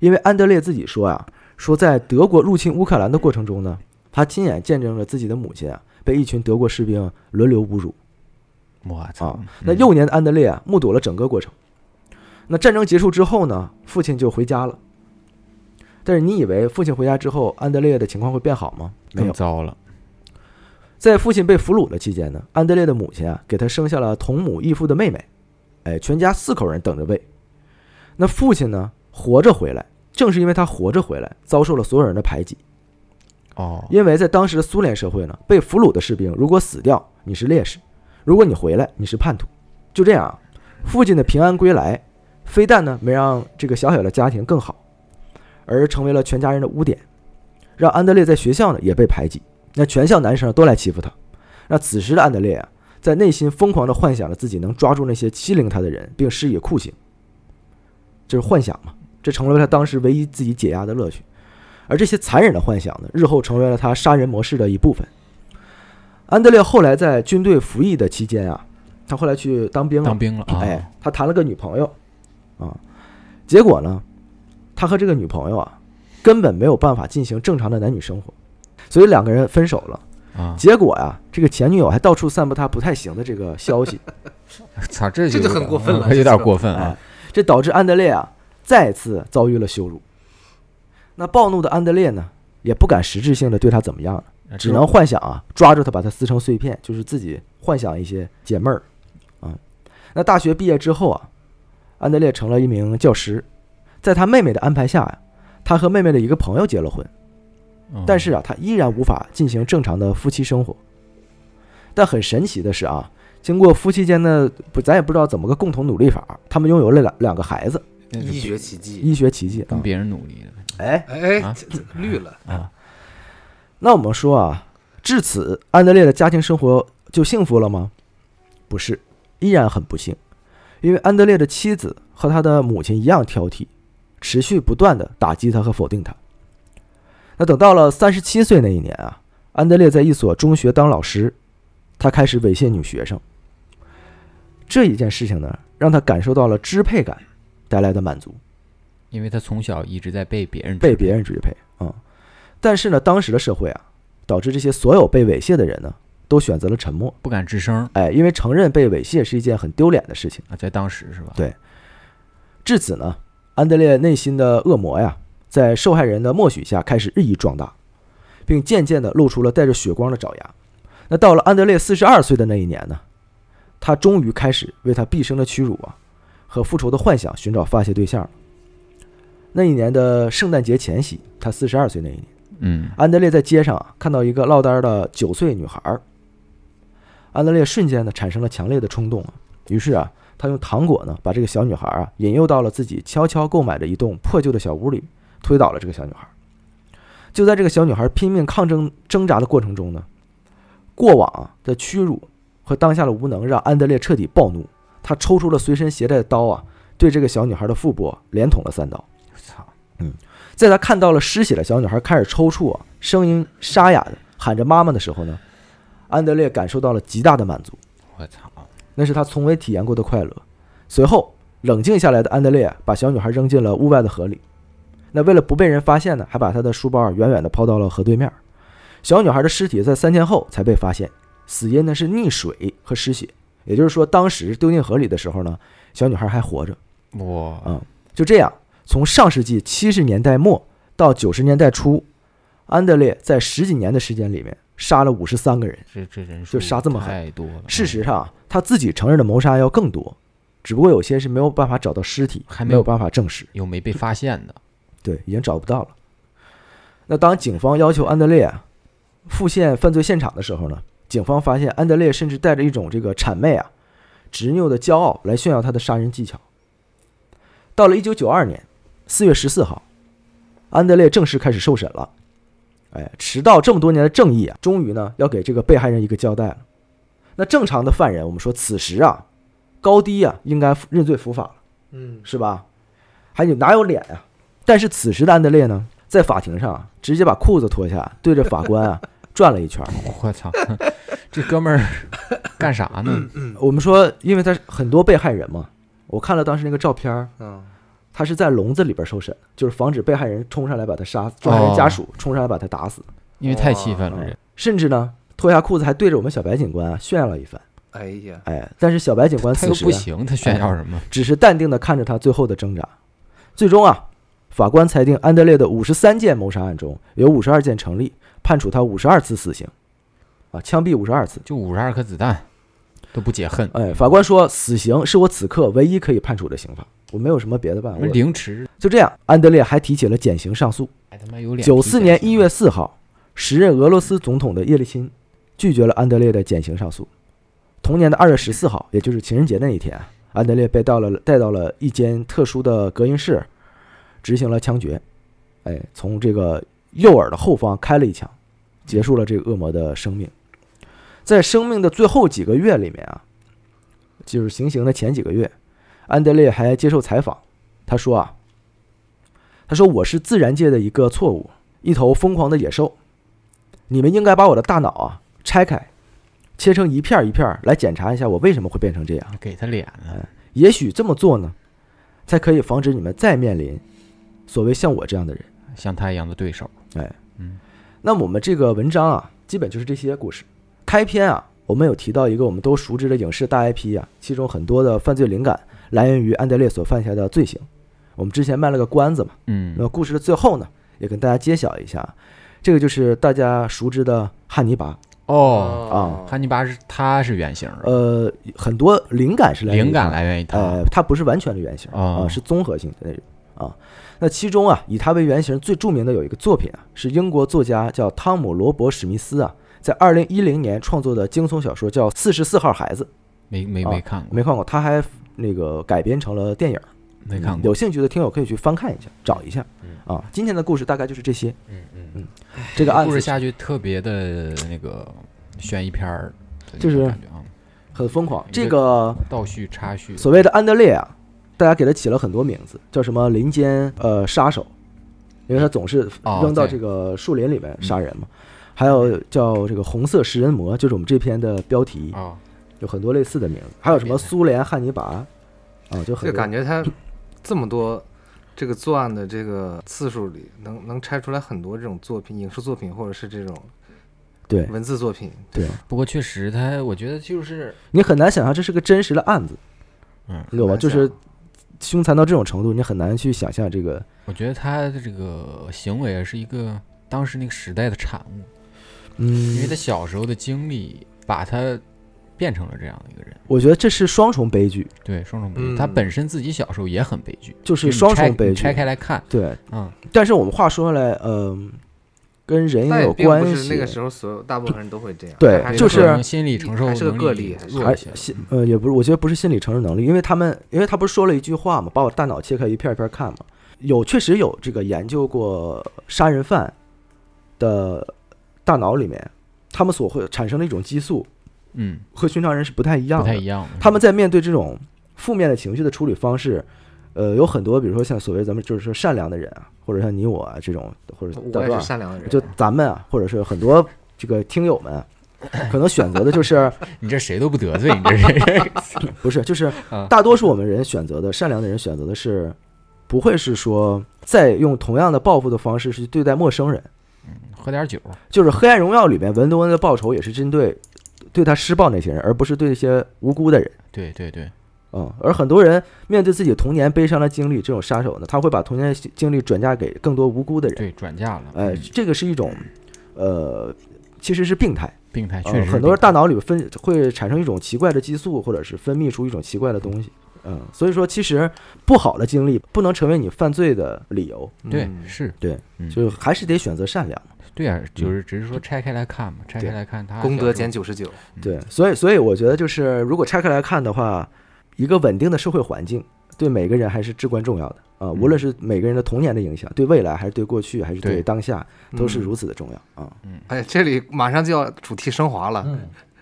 S1: 因为安德烈自己说啊，说在德国入侵乌克兰的过程中呢，他亲眼见证了自己的母亲啊，被一群德国士兵轮流侮辱
S2: 我操
S1: 啊，。那
S2: 嗯
S1: 幼年的安德烈啊，目睹了整个过程。那战争结束之后呢，父亲就回家了。但是你以为父亲回家之后，安德烈的情况会变好吗？没有
S2: 更。糟了，
S1: 在父亲被俘虏的期间呢，安德烈的母亲啊，给他生下了同母异父的妹妹，哎，全家四口人等着喂。那父亲呢，活着回来，正是因为他活着回来，遭受了所有人的排挤。
S2: 哦，
S1: 因为在当时的苏联社会呢，被俘虏的士兵如果死掉，你是烈士；如果你回来，你是叛徒。就这样啊，父亲的平安归来，非但呢没让这个小小的家庭更好，而成为了全家人的污点，让安德烈在学校呢也被排挤。那全校男生都来欺负他，那此时的安德烈啊，在内心疯狂地幻想着自己能抓住那些欺凌他的人，并施以酷刑。这是幻想嘛？这成了他当时唯一自己解压的乐趣。而这些残忍的幻想呢，日后成为了他杀人模式的一部分。安德烈后来在军队服役的期间啊，他后来去当兵了
S2: 当，兵了啊，
S1: 哎，他谈了个女朋友，啊，结果呢，他和这个女朋友啊，根本没有办法进行正常的男女生活，所以两个人分手了。
S2: 啊，
S1: 结果呀、这个前女友还到处散布他不太行的这个消息，
S2: 啊操，这
S3: 这
S2: 就
S3: 就
S2: 有
S3: 很
S2: 点
S3: 过分了
S2: 啊有
S3: 这
S2: 点
S3: 个
S2: 过分
S1: 哎
S2: 啊，，
S1: 这导致安德烈啊再次遭遇了羞辱。那暴怒的安德烈呢，也不敢实质性的对他怎么样了，
S3: 哎
S1: 只能幻想啊抓住他把他撕成碎片，就是自己幻想一些解闷儿啊。那大学毕业之后啊，安德烈成了一名教师，在他妹妹的安排下呀、他和妹妹的一个朋友结了婚。
S2: 嗯
S1: 但是啊，他依然无法进行正常的夫妻生活。但很神奇的是啊，经过夫妻间的不，咱也不知道怎么个共同努力法，他们拥有了两两个孩子，
S2: 那就
S3: 一绝奇迹。
S1: 医学奇迹
S2: 跟
S1: 啊！
S2: 别人努力了
S1: 哎，
S3: 哎
S2: 啊，
S3: 这这绿了，
S1: 那我们说啊，至此，安德烈的家庭生活就幸福了吗？不是，依然很不幸，因为安德烈的妻子和他的母亲一样挑剔，持续不断的打击他和否定他。那等到了三十七岁那一年啊，安德烈在一所中学当老师，他开始猥亵女学生。这一件事情呢，让他感受到了支配感带来的满足。
S2: 因为他从小一直在被别人
S1: 被
S2: 支配
S1: 别人支配啊、嗯但是呢，当时的社会啊，导致这些所有被猥亵的人呢，都选择了沉默。
S2: 不敢吱声
S1: 哎，因为承认被猥亵是一件很丢脸的事情。
S2: 啊，在当时是吧？
S1: 对至此呢，安德烈内心的恶魔呀，在受害人的默许下开始日益壮大，并渐渐地露出了带着血光的爪牙。那到了安德烈四十二岁的那一年呢，他终于开始为他毕生的屈辱啊和复仇的幻想寻找发泄对象了。那一年的圣诞节前夕，他四十二岁那一年。
S2: 嗯，
S1: 安德烈在街上啊看到一个落单儿的九岁女孩儿，安德烈瞬间呢产生了强烈的冲动啊，于是啊，他用糖果呢把这个小女孩儿啊引诱到了自己悄悄购买的一栋破旧的小屋里，推倒了这个小女孩儿。就在这个小女孩儿拼命抗争挣扎的过程中呢，过往啊的屈辱和当下的无能让安德烈彻底暴怒，他抽出了随身携带的刀啊，对这个小女孩的腹部连捅了三刀。
S2: 操，
S1: 在他看到了失血的小女孩开始抽搐啊，声音沙哑的喊着妈妈的时候呢，安德烈感受到了极大的满足，
S2: 我操，
S1: 那是他从未体验过的快乐。随后，冷静下来的安德烈把小女孩扔进了屋外的河里。那为了不被人发现呢，还把她的书包啊远远地抛到了河对面。小女孩的尸体在三天后才被发现，死因呢是溺水和失血，也就是说，当时丢进河里的时候呢，小女孩还活着。
S2: 我
S1: 嗯，就这样，从上世纪七十年代末到九十年代初，安德烈在十几年的时间里面杀了五十三个人。
S2: 这这人数
S1: 就杀这么狠
S2: 太多了。嗯
S1: 事实上啊，他自己承认的谋杀要更多，只不过有些是没有办法找到尸体，
S2: 还
S1: 没
S2: 没有
S1: 办法证实，
S2: 又没被发现的，
S1: 对，已经找不到了。那当警方要求安德烈啊复现犯罪现场的时候呢，警方发现安德烈甚至带着一种这个谄媚啊、执拗的骄傲来炫耀他的杀人技巧。到了一九九二年四月十四号，安德烈正式开始受审了。哎，迟到这么多年的正义啊，终于呢要给这个被害人一个交代了。那正常的犯人，我们说此时啊，高低啊应该认罪伏法了，
S3: 嗯，
S1: 是吧？还有哪有脸呀、但是此时的安德烈呢，在法庭上啊直接把裤子脱下，对着法官 啊转了一圈儿。
S2: 我操， 这哥们儿 干啥
S3: 嗯
S2: 呢？
S1: 我们说，因为他是很多被害人嘛，我看了当时那个照片儿，
S3: 嗯，
S1: 他是在笼子里边受审，就是防止被害人冲上来把他杀，被害人家
S2: 哦
S1: 属冲上来把他打死，
S2: 因为太气愤
S1: 嗯
S2: 了，
S1: 甚至呢脱下裤子还对着我们小白警官啊炫耀了一番。
S3: 哎呀，
S1: 哎，但是小白警官
S2: 这
S1: 此
S2: 他又
S1: 时
S2: 不
S1: 啊
S2: 行，他炫耀什么？
S1: 只是淡定地看着他最后的挣扎。最终啊，法官裁定安德烈的五十三件谋杀案中有五十二件成立，判处他五十二次死刑，啊，枪毙五十二次。
S2: 就五十二颗子弹都不解恨，
S1: 哎，法官说，死刑是我此刻唯一可以判处的刑罚，我没有什么别的办法。我
S2: 凌迟，
S1: 就这样，安德烈还提起了减刑上诉。
S2: 还他妈有脸提
S1: 九
S2: 减
S1: 四
S2: 刑？
S1: 年一月四号，时任俄罗斯总统的叶利钦拒绝了安德烈的减刑上诉。同年的二月十四号，也就是情人节那一天啊，安德烈被到了带到了一间特殊的隔音室，执行了枪决，哎，从这个右耳的后方开了一枪，结束了这个恶魔的生命。在生命的最后几个月里面啊，就是行刑的前几个月，安德烈还接受采访，他说啊，他说我是自然界的一个错误，一头疯狂的野兽，你们应该把我的大脑啊拆开，切成一片儿一片儿来检查一下我为什么会变成这样。
S2: 给他脸了，
S1: 也许这么做呢，才可以防止你们再面临所谓像我这样的人。
S2: 像他一样的对手，
S1: 那我们这个文章啊，基本就是这些故事。开篇啊，我们有提到一个我们都熟知的影视大 IP 啊，其中很多的犯罪灵感来源于安德烈所犯下的罪行。我们之前卖了个关子嘛，
S2: 嗯
S1: 那故事的最后呢，也跟大家揭晓一下，啊这个就是大家熟知的汉尼拔。
S2: 哦，
S1: 啊
S2: 汉尼拔是他是原型的，
S1: 呃，很多灵感是来源于
S2: 灵感
S1: 他
S2: 来源于他，
S1: 呃，它不是完全的原型啊、
S2: 哦
S1: 是综合性的那种啊。那其中啊，以它为原型最著名的有一个作品啊，是英国作家叫汤姆·罗伯·史密斯啊，在二零一零年创作的惊悚小说叫《四十四号孩子》，
S2: 没没
S1: 啊
S2: 没看过，
S1: 没看过，他还那个改编成了电影，
S2: 没看过，
S1: 有兴趣的听友可以去翻看一下，找一下啊。今天的故事大概就是这些，
S2: 嗯嗯
S1: 这个案
S2: 故
S1: 子
S2: 事下去特别的那个悬疑片儿的那种
S1: 就是
S2: 感觉啊，
S1: 很疯狂，
S2: 一个
S1: 这个
S2: 倒叙插叙，
S1: 所谓的安德烈啊，大家给他起了很多名字，叫什么林间呃杀手，因为他总是
S2: 哦
S1: 扔到
S2: 对嗯
S1: 这个树林里面杀人嘛。还有叫这个红色食人魔，就是我们这篇的标题，
S2: 啊，
S1: 有很多类似的名字。还有什么苏联汉尼拔啊，就很
S3: 这
S1: 多
S3: 感觉他这么多这个作案的这个次数里，能能拆出来很多这种作品，影视作品或者是这种
S1: 对
S3: 文字作品。
S1: 对，
S2: 不过确实他，我觉得就是
S1: 你很难想象这是个真实的案子，
S2: 嗯
S1: 你懂吧？
S3: 很难
S1: 就是
S3: 想
S1: 凶残到这种程度，你很难去想象这个
S2: 我觉得他的这个行为啊，是一个当时那个时代的产物，因为
S1: 嗯
S2: 他，小时候的经历把他变成了这样的一个人。
S1: 我觉得这是双重悲剧，
S2: 对，双重悲剧，
S3: 嗯
S2: 他本身自己小时候也很悲剧，
S1: 就是
S2: 你
S1: 双
S2: 拆
S1: 重悲
S2: 你
S1: 剧
S2: 拆。开来看，
S1: 对，
S2: 嗯，
S1: 但是我们话说回来，嗯、跟人
S3: 但
S1: 也
S3: 也
S1: 有
S3: 并
S1: 关
S3: 不是
S1: 系，
S3: 那个时候所有大部分人都会这样，
S1: 对
S3: 还
S1: 就是
S2: 可能心理承受
S3: 还是个
S2: 能
S3: 个
S2: 力
S3: 例还是
S2: 弱
S1: 还
S2: 一些，
S1: 心呃也不是，我觉得不是心理承受能力，因为他们因为他不是说了一句话嘛，把我大脑切开一片一片看嘛，有确实有这个研究过杀人犯的大脑里面，他们所会产生的一种激素
S2: 嗯，
S1: 和寻常人是不太一样
S2: 不
S1: 的，
S2: 太一样的。
S1: 他们在面对这种负面的情绪的处理方式。呃，有很多，比如说像所谓咱们就是说善良的人啊，或者像你我啊这种，或者大
S3: 我
S1: 壮
S3: 也
S1: 啊
S3: 是善良的人，
S1: 就咱们啊，或者是很多这个听友们啊，可能选择的就是
S2: 你这谁都不得罪，你这 是
S1: 不是，就是
S2: 啊
S1: 大多数我们人选择的善良的人选择的是，不会是说再用同样的报复的方式去对待陌生人。
S2: 喝点酒，
S1: 就是《黑暗荣耀》里面文东恩的报仇也是针对对他施暴那些人，而不是对那些无辜的人。
S2: 对对对，
S1: 嗯，而很多人面对自己童年悲伤的经历，这种杀手呢，他会把童年经历转嫁给更多无辜的人。
S2: 对转嫁了，
S1: 呃，
S2: 嗯，
S1: 这个是一种，呃，其实是病态。
S2: 病态
S1: 呃
S2: 哎确实是
S1: 很多
S2: 病
S1: 大脑里分会产生一种奇怪的激素，或者是分泌出一种奇怪的东西。嗯，所以说其实不好的经历不能成为你犯罪的理由，
S2: 态
S3: 嗯
S2: 对是，
S1: 对
S2: 嗯，
S1: 就是嗯还是得选择善良。
S2: 对啊，就是只是说拆开来看嘛，拆开来看他
S3: 功
S2: 小
S3: 德
S2: 时候
S3: 减九十九，
S1: 对，所以所以我觉得就是如果拆开来看的话，一个稳定的社会环境对每个人还是至关重要的啊，无论是每个人的童年的影响，对未来还是对过去，还是对
S2: 对
S1: 当下，都是
S3: 嗯
S1: 如此的重要啊。
S3: 哎，这里马上就要主题升华了，
S1: 嗯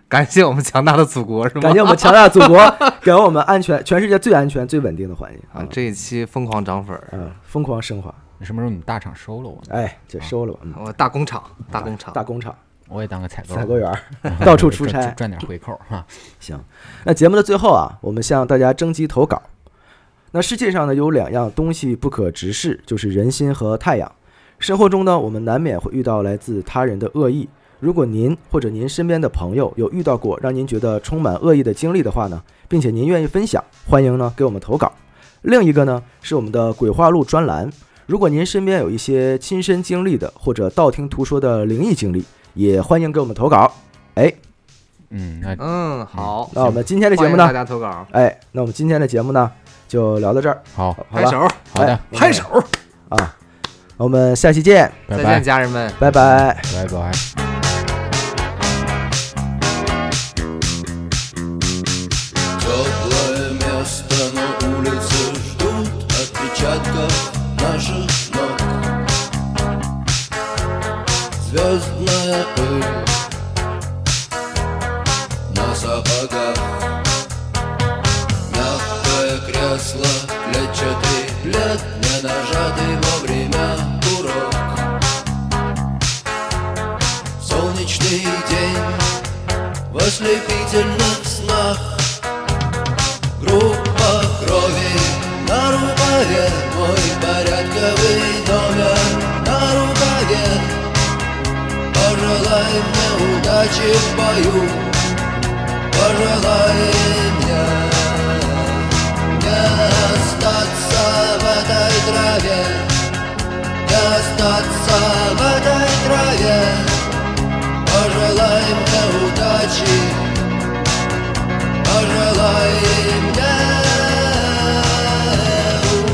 S3: 感谢我们强大的祖国，是吗？
S1: 感谢我们强大的祖国给了我们安全，全世界最安全、最稳定的环境
S3: 啊
S1: 啊，，
S3: 这一期疯狂涨粉儿，
S1: 嗯，疯狂升华。
S2: 什么时候你们大厂收了我呢？
S1: 哎，这收了吧，嗯
S3: 我大工厂，大工厂，
S1: 大工厂。
S2: 我也当个采购，
S1: 采 购员儿到处出
S2: 赚
S1: 差
S2: 赚。赚点回扣哈。
S1: 行，那节目的最后啊，我们向大家征集投稿。那世界上呢有两样东西不可直视，就是人心和太阳。生活中呢，我们难免会遇到来自他人的恶意。如果您或者您身边的朋友有遇到过让您觉得充满恶意的经历的话呢，并且您愿意分享，欢迎呢给我们投稿。另一个呢是我们的鬼话录专栏。如果您身边有一些亲身经历的或者道听途说的灵异经历，也欢迎给我们投稿。哎，
S2: 嗯，那
S3: 嗯，好，
S1: 那我们今天哦的节
S3: 欢
S1: 目
S3: 迎
S1: 呢
S3: 大，家投稿，
S1: 哎，那我们今天的节目呢就聊到这儿，
S2: 好
S1: 好好
S3: 拍
S1: 吧？
S3: 手，
S2: 好的
S1: 哎，
S3: 拍手，
S1: 啊！我们下期见，
S2: 拜
S3: 再
S2: 拜
S3: 见，家人们。
S1: 拜拜。
S2: 拜拜。
S4: Теплое место на улице ждут отпечатков наших ног. Звездная пыль Лет не нажатый во время урок Солнечный день в ослепительных снах Группа крови на рукаве Мой порядковый номер на рукаве Пожелай мне удачи в бою Пожелай мне не остаться в этой траве Не остаться в этой траве Пожелай мне удачи Пожелай мне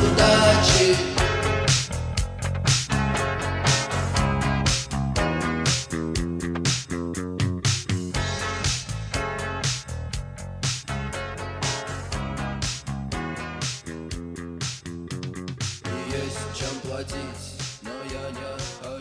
S4: удачи И Есть чем платить, но я не